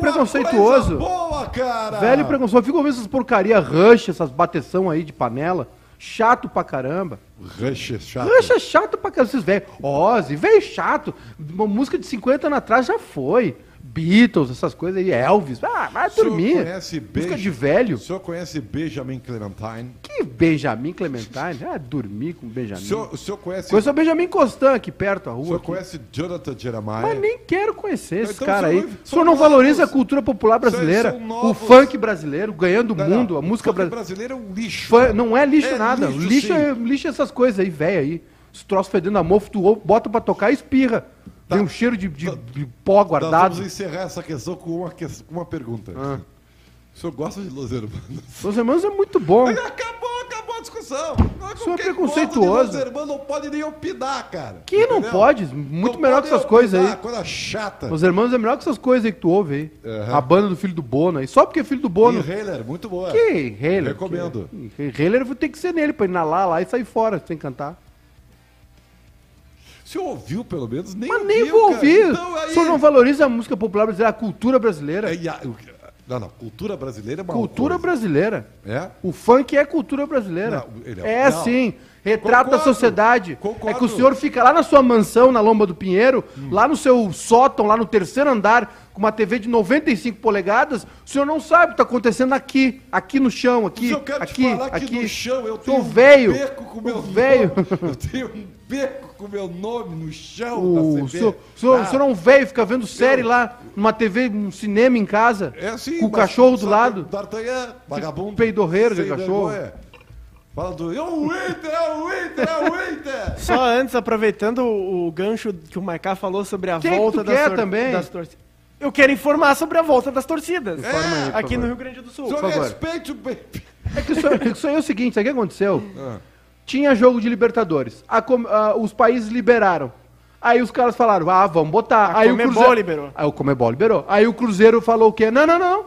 S1: coisa
S2: preconceituoso.
S1: Boa, cara.
S2: Velho preconceituoso. Eu fico ouvindo essas porcaria rush, essas bateção aí de panela. Chato pra caramba.
S1: Rush é chato.
S2: Rush é chato pra caramba, esses velhos. Ozzy, velho chato. Uma música de 50 anos atrás já foi. Beatles, essas coisas aí. Elvis. Ah, vai
S1: O senhor
S2: dormir.
S1: conhece
S2: Música
S1: Benja-
S2: de velho.
S1: O senhor conhece Benjamin Clementine?
S2: Que Benjamin Clementine? Ah, dormir com
S1: O
S2: Benjamin.
S1: senhor, o senhor conhece...
S2: Conheço o Benjamin Costan aqui perto, a
S1: o
S2: rua.
S1: senhor
S2: aqui.
S1: conhece Jonathan Jeremiah?
S2: Mas nem quero conhecer esse
S1: Então,
S2: cara
S1: são
S2: aí.
S1: novos-
S2: O senhor não
S1: são
S2: valoriza a
S1: novos.
S2: cultura popular
S1: São-
S2: brasileira,
S1: são
S2: o
S1: novos.
S2: funk brasileiro, ganhando o
S1: Não, não.
S2: mundo, a música
S1: funk
S2: brasileira.
S1: brasileira é um lixo.
S2: Fã-
S1: cara.
S2: não é lixo
S1: É
S2: nada.
S1: lixo,
S2: Lixo, é,
S1: sim.
S2: lixo é essas coisas aí, velho aí. Os troços fedendo a mofo, tu ou- bota pra tocar e espirra. Tem um cheiro de, de- de pó
S1: Nós
S2: guardado.
S1: Tá.
S2: Ah.
S1: vamos encerrar essa questão com uma, ques- com uma pergunta. O senhor gosta de Los Hermanos?
S2: Os irmãos é muito bom.
S1: Acabou, acabou a discussão. Não
S2: senhor é
S1: quem
S2: preconceituoso.
S1: gosta de Los Hermanos não pode nem opinar, cara.
S2: Quem não pode? Muito melhor que essas coisas aí.
S1: Coisa chata.
S2: Os irmãos é melhor que essas coisas aí que tu ouve aí.
S1: Aham.
S2: A banda do filho do Bono aí. Só porque é filho do Bono.
S1: E Heller, muito boa.
S2: Que Heller?
S1: Recomendo.
S2: Que, Heller tem que ser nele pra inalar lá e sair fora sem cantar.
S1: O senhor ouviu, pelo menos? Nem
S2: Mas nem
S1: ouviu,
S2: vou
S1: cara.
S2: ouvir.
S1: Então, aí...
S2: O senhor não valoriza a música popular brasileira, a cultura brasileira.
S1: É, e a- o- Não, não. Cultura brasileira é uma
S2: cultura
S1: coisa.
S2: brasileira.
S1: É?
S2: O funk é cultura brasileira.
S1: Não, ele é-
S2: é
S1: não.
S2: sim. Retrata
S1: Concordo,
S2: a sociedade.
S1: concordo. Hum.
S2: É que o senhor fica lá na sua mansão, na Lomba do Pinheiro, lá no seu sótão, lá no terceiro andar, com uma TV de 95 polegadas. O senhor não sabe o que está acontecendo aqui, aqui no chão, aqui,
S1: Se eu quero
S2: aqui,
S1: te falar
S2: aqui.
S1: que no chão eu
S2: O
S1: tenho
S2: senhor veio,
S1: um beco com
S2: o
S1: meu
S2: veio.
S1: nome. Eu tenho um beco com meu nome no chão da
S2: O
S1: CB.
S2: senhor, o senhor-
S1: Ah,
S2: o senhor não é veio, fica vendo série lá, numa TV, um cinema em casa,
S1: é assim,
S2: com o
S1: mas
S2: cachorro do
S1: sabe,
S2: lado.
S1: D'Artagnan, vagabundo.
S2: peidorreiro de
S1: sem
S2: cachorro.
S1: vergonha. Fala do. É o Inter, é o Inter, é o Inter!
S3: Só antes, aproveitando o, o gancho que o Maiká falou sobre a
S2: é Que que
S3: volta
S2: tu
S3: das,
S2: quer
S3: tor-
S2: também?
S3: das torcidas. Eu quero informar sobre a volta das torcidas.
S1: Informa aí, por
S3: aqui
S2: favor.
S3: no Rio Grande do Sul.
S1: O senhor
S2: favor.
S1: respeite o baby.
S2: É que isso, é que isso aí é o seguinte, sabe o que aconteceu? Tinha jogo de Libertadores. a com- a- os países liberaram. Aí os caras falaram, ah, vamos botar.
S3: A
S2: aí o
S3: Comebol
S2: Cruzeiro
S3: liberou.
S2: Aí o Comebol liberou. Aí o Cruzeiro falou o quê? Não, não, não.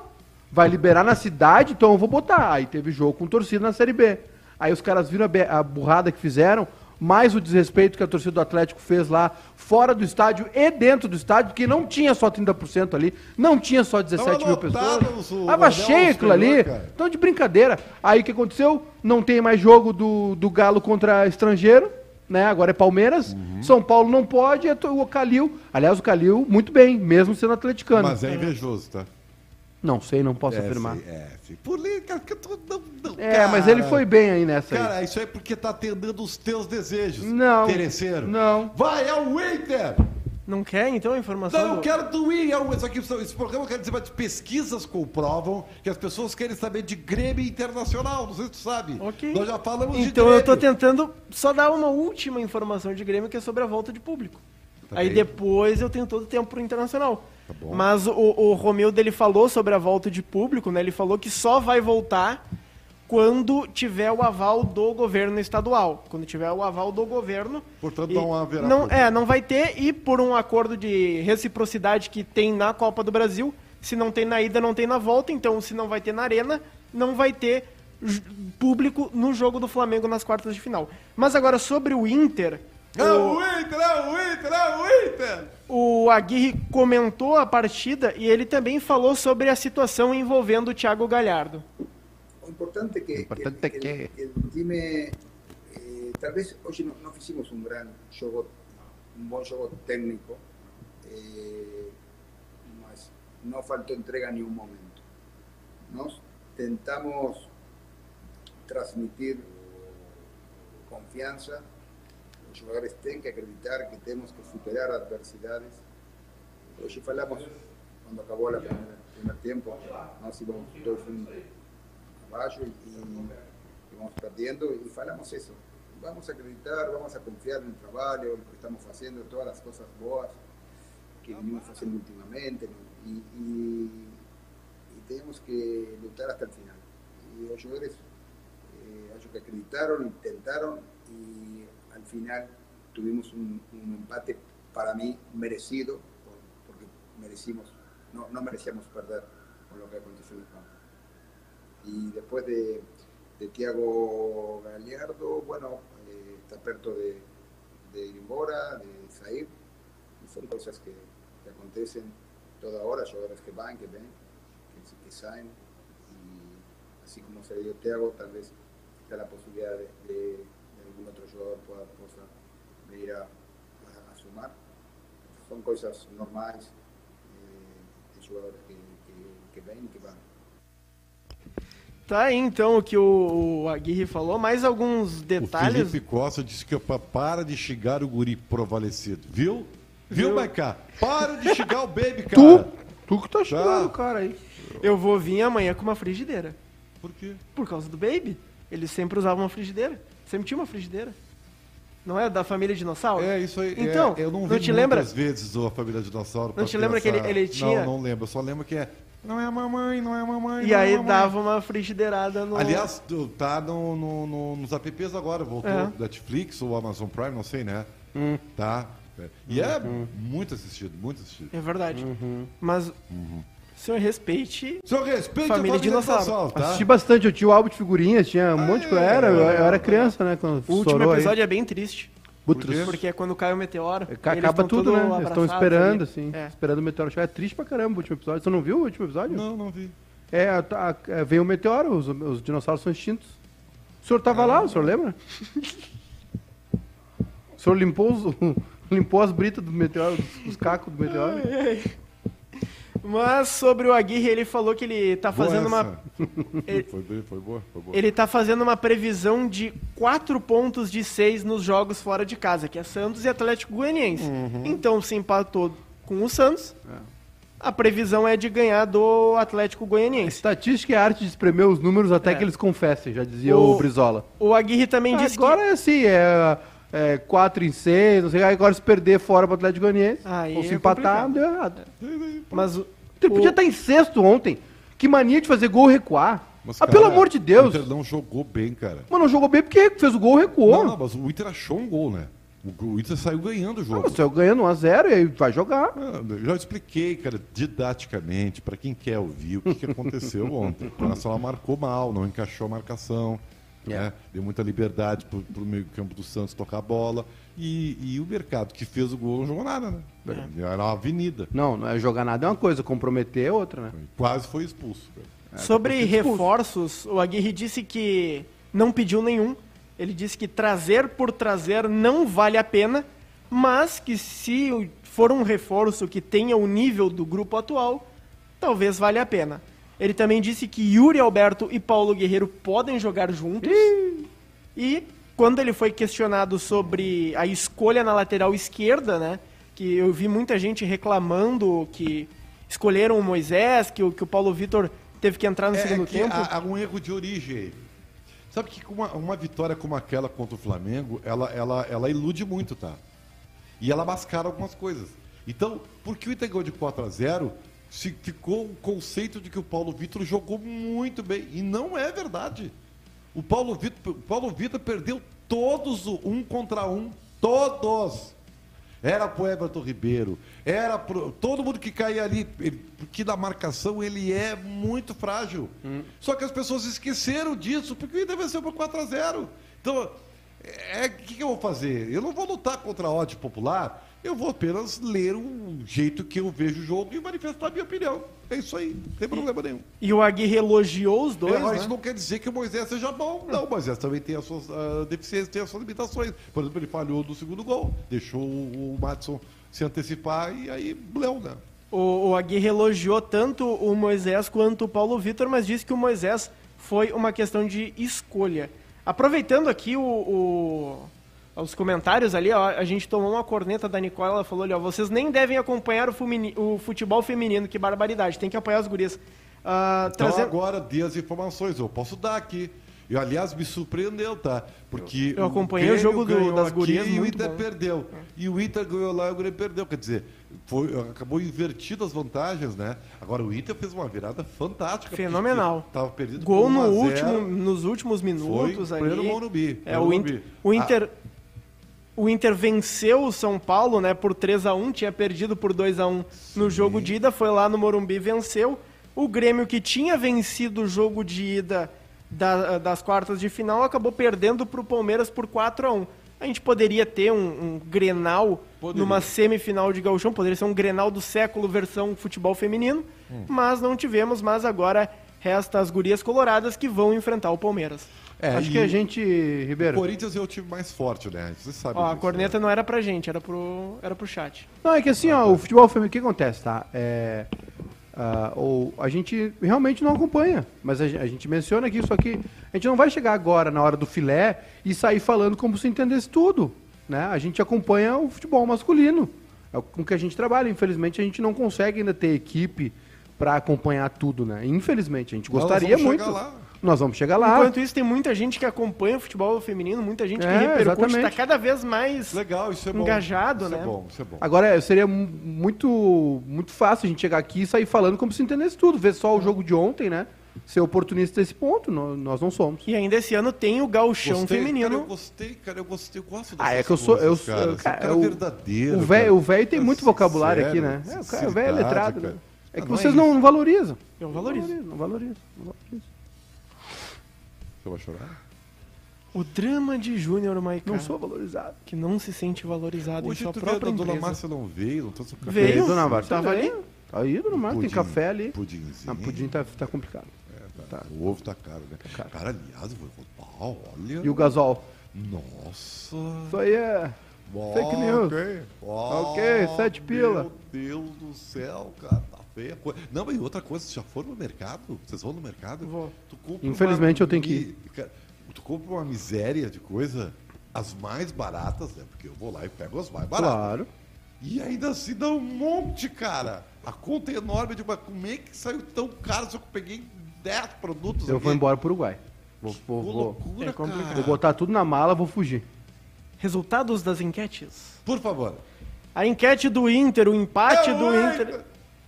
S2: Vai liberar na cidade, então eu vou botar. Aí teve jogo com torcida na Série B. Aí os caras viram a, be- a burrada que fizeram, mais o desrespeito que a torcida do Atlético fez lá fora do estádio e dentro do estádio, porque não tinha só 30% ali, não tinha só 17 mil
S1: lotados
S2: pessoas.
S1: o
S2: Tava
S1: Anel
S2: cheio aquilo ali.
S1: Superior, cara.
S2: Então, de brincadeira. Aí o que aconteceu? Não tem mais jogo do, do Galo contra estrangeiro, né? Agora é Palmeiras.
S1: Uhum.
S2: São Paulo não pode. é to- O Calil. Aliás, o Calil, muito bem, mesmo sendo atleticano.
S1: Mas é invejoso, tá?
S2: Não sei, não posso
S1: É,
S2: afirmar.
S1: sim, É, filho. Por ali, cara, que eu tô. Não, não,
S2: É, mas ele foi bem aí nessa. aí.
S1: Cara, isso é porque tá atendendo os teus desejos.
S2: Não.
S1: Terceiro.
S2: Não.
S1: Vai, é o Inter!
S3: Não quer, então, a informação?
S1: Não, eu
S3: do-
S1: quero é doer. Isso aqui, esse programa, eu quero dizer, mas pesquisas comprovam que as pessoas querem saber de Grêmio Internacional. Não sei se tu sabe.
S3: Ok.
S1: Nós já falamos de
S3: Então eu tô
S1: Grêmio.
S3: tentando só dar uma última informação de Grêmio que é sobre a volta de público.
S1: Tá
S3: Aí
S1: bem. Tá
S3: depois eu tenho todo o tempo pro Internacional. Mas o, o Romildo ele falou sobre a volta de público, né? Ele falou que só vai voltar quando tiver o aval do governo estadual. Quando tiver o aval do governo.
S1: Portanto,
S3: E
S1: não haverá
S3: Não,
S1: público.
S3: é, não vai ter, e por um acordo de reciprocidade que tem na Copa do Brasil, se não tem na ida, não tem na volta, então se não vai ter na arena, não vai ter j- público no jogo do Flamengo nas quartas de final. Mas agora sobre o Inter,
S2: Ah,
S1: É o Inter, é o Inter, é o Inter!
S3: o, o Aguirre comentou a partida e ele também falou sobre a situação envolvendo o Thiago Galhardo.
S7: Lo importante que,
S2: importante
S7: que,
S2: que-
S7: que el time, eh, tal vez hoy no, no hicimos un gran juego, un buen juego técnico, eh, mas no faltó entrega ni un momento. Nos tentamos transmitir confianza, los jugadores tienen que acreditar que tenemos que superar adversidades. Hoy hablamos cuando acabó el primer tiempo, nos íbamos dos un- abajo y, y vamos perdiendo y falamos eso. Vamos a acreditar, vamos a confiar en el trabajo, en lo que estamos haciendo, todas las cosas boas que venimos haciendo últimamente ¿no? y, y- y tenemos que luchar hasta el final. Y los jugadores eh, acho que acreditaron, intentaron y al final tuvimos un, un empate para mí merecido, por- porque merecimos, no, no merecíamos perder con lo que aconteció en el campo. Y después de, de Tiago Galeardo, bueno, eh, está perto de, de Irimbora, de Saib, y son cosas que, que acontecen toda hora, jugadores que van, que ven, que, que saben, y así como se dio Tiago, tal vez está la posibilidad de, de- de algún otro jugador pueda, posa venir a, a- a sumar. Son cosas normales eh, de jugadores que, que, que ven y que van.
S3: Tá aí então o que o, o Aguirre falou. Mais alguns
S1: O
S3: detalhes.
S1: Felipe Costa disse que opa, para de xingar o guri provalecido, viu? Viu, Maiká? Para de xingar o baby, cara.
S2: Tu, tu que tá chegando,
S1: Tá.
S2: cara aí.
S3: Eu vou vir amanhã com uma frigideira.
S1: Por quê?
S3: Por causa do Baby. Ele sempre usava uma frigideira. Sempre tinha uma frigideira. Não é da família dinossauro?
S1: É isso aí.
S3: Então,
S1: é, eu não,
S3: não
S1: vi
S3: te lembra?
S1: muitas vezes a família dinossauro. pra
S3: te lembra que
S1: pensar.
S3: ele- ele tinha-
S1: Não, não lembro. Eu só lembro que é. Não é a mamãe, não é a mamãe.
S3: E
S1: não é a
S3: aí
S1: mamãe.
S3: dava um- uma frigideirada no.
S1: Aliás, tu- tá no, no- no- nos apps agora, voltou
S3: É. Hum.
S1: Netflix ou Amazon Prime, não sei, né? Tá. É. E é muito assistido, muito assistido.
S3: É verdade.
S2: Uhum.
S3: Mas.
S1: Uhum.
S3: Senhor, respeite.
S1: Seu respeito
S3: Família dinossauro.
S1: tá?
S2: Assisti bastante, eu tinha o álbum de figurinhas, tinha um monte de coisa. Era, eu, eu era criança, né? Quando
S3: O último
S2: estourou aí.
S3: episódio é bem triste.
S2: Butros.
S3: Porque é quando cai o meteoro. eles
S2: Acaba
S3: estão
S2: tudo,
S3: todo
S2: né? Eles estão
S3: abraçados
S2: esperando,
S3: ali.
S2: assim.
S3: É.
S2: Esperando o meteoro chegar. É triste pra caramba o último episódio. Você não viu o último episódio?
S1: Não, não vi.
S2: É, a- a- é, vem o meteoro, os, os dinossauros são extintos. O senhor tava lá, o senhor lembra? O senhor limpou, os- limpou as britas do meteoro, os, os cacos do meteoro.
S3: Mas sobre o Aguirre, ele falou que ele tá fazendo
S1: Boa
S3: uma.
S1: essa.
S3: Ele-
S1: Foi, bem- foi boa, foi boa.
S3: Ele tá fazendo uma previsão de 4 pontos de 6 nos jogos fora de casa, que é Santos e Atlético Goianiense. Então se empatou com o Santos. A previsão é de ganhar do Atlético Goianiense.
S2: Estatística é a arte de espremer os números até
S3: É.
S2: que eles confessem, já dizia
S3: O-
S2: o, Brizola.
S3: O Aguirre também disse
S2: Agora
S3: que.
S2: é assim, é, é 4 em 6, não sei, aí agora se perder fora pro Atlético Goianiense,
S3: Aí
S2: ou se
S3: é
S2: empatar,
S3: complicado.
S2: deu errado.
S3: Mas o,
S2: Ele podia
S3: o-
S2: estar em sexto ontem. Que mania de fazer gol e recuar.
S1: Mas,
S2: ah,
S1: cara,
S2: pelo amor de Deus.
S1: O Inter não jogou bem, cara.
S2: Mano, não jogou bem porque fez o gol e recuou.
S1: Não, não, mas o Inter achou um gol, né? O, o Inter saiu ganhando o
S2: Ah,
S1: jogo.
S2: mas saiu ganhando 1x0 e aí vai jogar.
S1: Ah, eu já expliquei, cara, didaticamente, pra quem quer ouvir, o que, que aconteceu ontem. O Nacional marcou mal, não encaixou a marcação, né? deu muita liberdade pro, pro meio campo do Santos tocar a bola. E, e o mercado que fez o gol não jogou nada, né? Era uma avenida.
S2: Não, não é jogar nada é uma coisa, comprometer é outra, né?
S1: Quase foi expulso, cara.
S3: sobre reforços, o Aguirre disse que não pediu nenhum. Ele disse que trazer por trazer não vale a pena, mas que se o- for um reforço que tenha o nível do grupo atual, talvez valha a pena. Ele também disse que Yuri Alberto e Paulo Guerreiro podem jogar juntos. E quando ele foi questionado sobre a escolha na lateral esquerda, né? Que eu vi muita gente reclamando que escolheram o Moisés, que o, que o Paulo Vitor teve que entrar no
S1: É,
S3: segundo
S1: é que
S3: tempo.
S1: há, há um erro de origem. aí. Sabe que uma, uma vitória como aquela contra o Flamengo, ela, ela, ela ilude muito, tá? E ela mascara algumas coisas. Então, porque o Inter ganhou de 4 a 0 se ficou o conceito de que o Paulo Vitor jogou muito bem. E não é verdade. O Paulo Vitor, o Paulo Vitor perdeu todos o um contra um. Todos. Era pro Everton Ribeiro, era pro. Todo mundo que caía ali, ele- porque na marcação ele é muito frágil. Só que as pessoas esqueceram disso, porque o Inter venceu por 4x0. Então, é, o que, que eu vou fazer? Eu não vou lutar contra a ódio popular, eu vou apenas ler o jeito que eu vejo o jogo e manifestar a minha opinião. É isso aí, não tem problema nenhum.
S3: E o Aguirre elogiou os dois.
S1: É, mas
S3: né?
S1: isso não quer dizer que o Moisés seja bom. Não, o Moisés também tem as suas ah, deficiências, tem as suas limitações. Por exemplo, ele falhou no segundo gol, deixou o, o Madison se antecipar e aí, bleu, né?
S3: O, o Aguirre elogiou tanto o Moisés quanto o Paulo Vitor, mas disse que o Moisés foi uma questão de escolha. Aproveitando aqui o- o- os comentários ali, ó, a gente tomou uma corneta da Nicola, ela falou ali, ó, vocês nem devem acompanhar o, fumini- o futebol feminino, que barbaridade, tem que apoiar os guris. Ah,
S1: Então
S3: trazer-
S1: agora dê as informações, eu posso dar aqui. E, aliás, me surpreendeu, tá? Porque
S3: Eu acompanhei o
S1: Grêmio
S3: jogo do-
S1: ganhou
S3: das
S1: aqui
S3: gurias,
S1: e o
S3: muito
S1: Inter
S3: bom. É.
S1: perdeu. E o Inter ganhou lá e o Grêmio perdeu. Quer dizer, foi, acabou invertido as vantagens, né? Agora, o Inter fez uma virada fantástica. porque
S3: Fenomenal.
S1: Tava perdido
S3: Gol
S1: por 1
S3: no
S1: a 0.
S3: último, nos últimos minutos
S1: Foi um
S3: ali.
S1: pleno Morumbi,
S3: É,
S1: pleno
S3: o, Inter,
S1: Morumbi.
S3: o Inter. O Inter venceu o São Paulo, né, por 3 a 1, tinha perdido por 2 a 1 no jogo de ida, foi lá no Morumbi e venceu. O Grêmio que tinha vencido o jogo de ida da- das quartas de final acabou perdendo para o Palmeiras por 4 a 1. A gente poderia ter um, um Grenal
S1: Poderia.
S3: numa semifinal de Gauchão, poderia ser um Grenal do século versão futebol feminino,
S1: Hum.
S3: mas não tivemos, mas agora resta as gurias coloradas que vão enfrentar o Palmeiras.
S1: É,
S2: Acho
S1: e
S2: que a gente,
S1: O
S2: Ribeiro.
S1: Corinthians é o time mais forte, né? Vocês sabem
S3: Ó, a
S1: disso,
S3: corneta não era pra gente, era pro, era pro chat.
S2: Não, é que assim,
S1: Ah,
S2: ó, o futebol feminino, o que acontece, tá? É, ah, ou a gente realmente não acompanha, mas a, gen- a gente menciona aqui isso aqui. A gente não vai chegar agora na hora do filé e sair falando como se entendesse tudo, né? A gente acompanha o futebol masculino, é o- com que a gente trabalha. Infelizmente, a gente não consegue ainda ter equipe pra acompanhar tudo, né? Infelizmente, a gente
S1: Mas nós
S2: gostaria
S1: vamos chegar
S2: muito.
S1: lá.
S2: Nós vamos chegar lá.
S3: Enquanto isso, tem muita gente que acompanha o futebol feminino, muita gente que
S2: Ah. É,
S3: repercute, tá
S2: exatamente.
S3: cada vez mais.
S1: Legal, isso é bom.
S3: Engajado,
S1: isso
S3: né?
S1: É bom, isso é bom.
S2: Agora, é, seria mu- muito, muito fácil a gente chegar aqui e sair falando como se entendesse tudo. Ver só o jogo de ontem, né? Ser oportunista desse ponto. nó- Nós não somos.
S3: E ainda esse ano tem o gauchão
S1: Gostei,
S3: feminino.
S1: Cara, eu gostei, cara, eu gostei, eu gosto
S2: Ah, é
S1: dessas
S2: que eu sou- eu
S1: coisas,
S2: sou-
S1: cara.
S2: eu-
S1: Esse
S2: cara,
S1: cara é
S2: eu-
S1: verdadeiro.
S2: o velho o
S1: cara.
S2: velho tem
S1: Cara,
S2: muito vocabulário aqui, né?
S1: sincero,
S2: É, o cara- o velho é
S1: sinceridade,
S2: letrado,
S1: cara.
S2: né? É que
S1: Não, não
S2: vocês
S1: é
S2: não,
S1: isso.
S2: não valorizam.
S3: Eu valorizo.
S2: Não valorizam, não valorizam.
S1: Você vai chorar?
S3: O drama de Júnior Maicon.
S2: Não sou valorizado.
S3: Que não se sente valorizado
S1: Hoje
S3: em sua
S1: tu veio, a
S3: própria
S1: dona
S3: empresa.
S1: Márcia não veio, não trouxe o café.
S3: Veio,
S2: Ei, dona Vargas,
S3: tava
S2: tá
S3: ali.
S2: bem? Tá aí, dona Marta, tem
S1: Pudim,
S2: café ali.
S1: Pudimzinho.
S2: Ah, pudim tá, tá complicado.
S1: tá. O ovo tá caro, né? Cara, aliás, eu vou contar, olha.
S2: E o gasol.
S1: Nossa.
S2: Isso aí é... Fake news.
S1: Ok,
S2: Ok, sete pila.
S1: Oh, Meu Deus do céu, cara, tá feia a coisa. Não, mas e outra coisa, vocês já foram no mercado? Vocês vão no mercado?
S3: Vou.
S1: Tu compra
S2: Infelizmente, eu tenho que ir.
S1: mi- cara, tu compra uma miséria de coisa, as mais baratas, né? Porque eu vou lá e pego as mais baratas.
S2: Claro.
S1: E ainda assim dá um monte, cara. A conta é enorme. Eu digo, mas como é que saiu tão caro se eu peguei 10 produtos
S2: Eu
S1: aqui?
S2: vou embora pro Uruguai. Vou,
S1: Que
S2: vou, vou,
S1: loucura,
S3: É complicado.
S2: vou
S1: cara.
S2: botar tudo na mala, vou fugir.
S3: Resultados das enquetes.
S1: Por favor.
S3: A enquete do Inter, o empate
S1: É
S3: do
S1: oito.
S3: Inter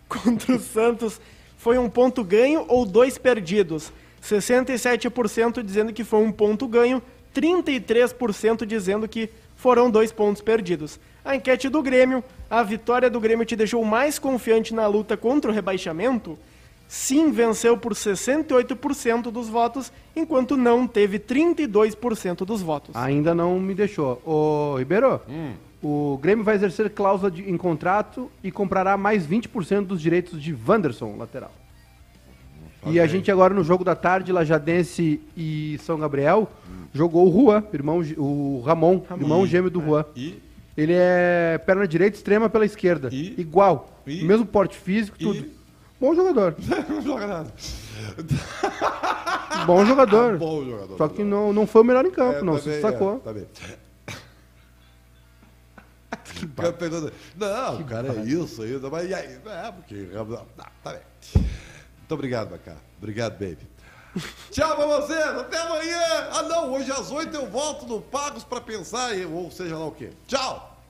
S3: contra o Santos foi um ponto ganho ou dois perdidos? 67% dizendo que foi um ponto ganho, 33% dizendo que foram dois pontos perdidos. A enquete do Grêmio, a vitória do Grêmio te deixou mais confiante na luta contra o rebaixamento? Sim, venceu por 68% dos votos, enquanto não teve 32% dos votos.
S2: Ainda não me deixou. Ô, Ribeiro,
S1: Hum.
S2: o Grêmio vai exercer cláusula de- em contrato e comprará mais 20% dos direitos de Wanderson, lateral.
S1: Hum,
S2: E a gente agora no jogo da tarde, Lajadense e São Gabriel, jogou o Juan, irmão, gê- o Ramon, irmão gêmeo do Juan.
S1: É. E
S2: Ele é perna direita, extrema pela esquerda.
S1: E-
S2: Igual.
S1: E-
S2: mesmo porte físico,
S1: E-
S2: tudo. Bom jogador.
S1: não joga nada.
S2: Bom jogador.
S1: Bom jogador.
S2: Só que não, não foi o melhor em campo,
S1: É,
S2: não
S1: tá
S2: se
S1: bem,
S2: destacou.
S1: é, tá bem. O cara pergunta, é não, cara, é isso, ainda, mas e aí? É, porque. Não, tá bem. Muito obrigado, Macá. Obrigado, baby. Tchau pra vocês, até amanhã. Ah, não, hoje às oito eu volto no Pagos pra pensar, e- ou seja lá o quê. Tchau!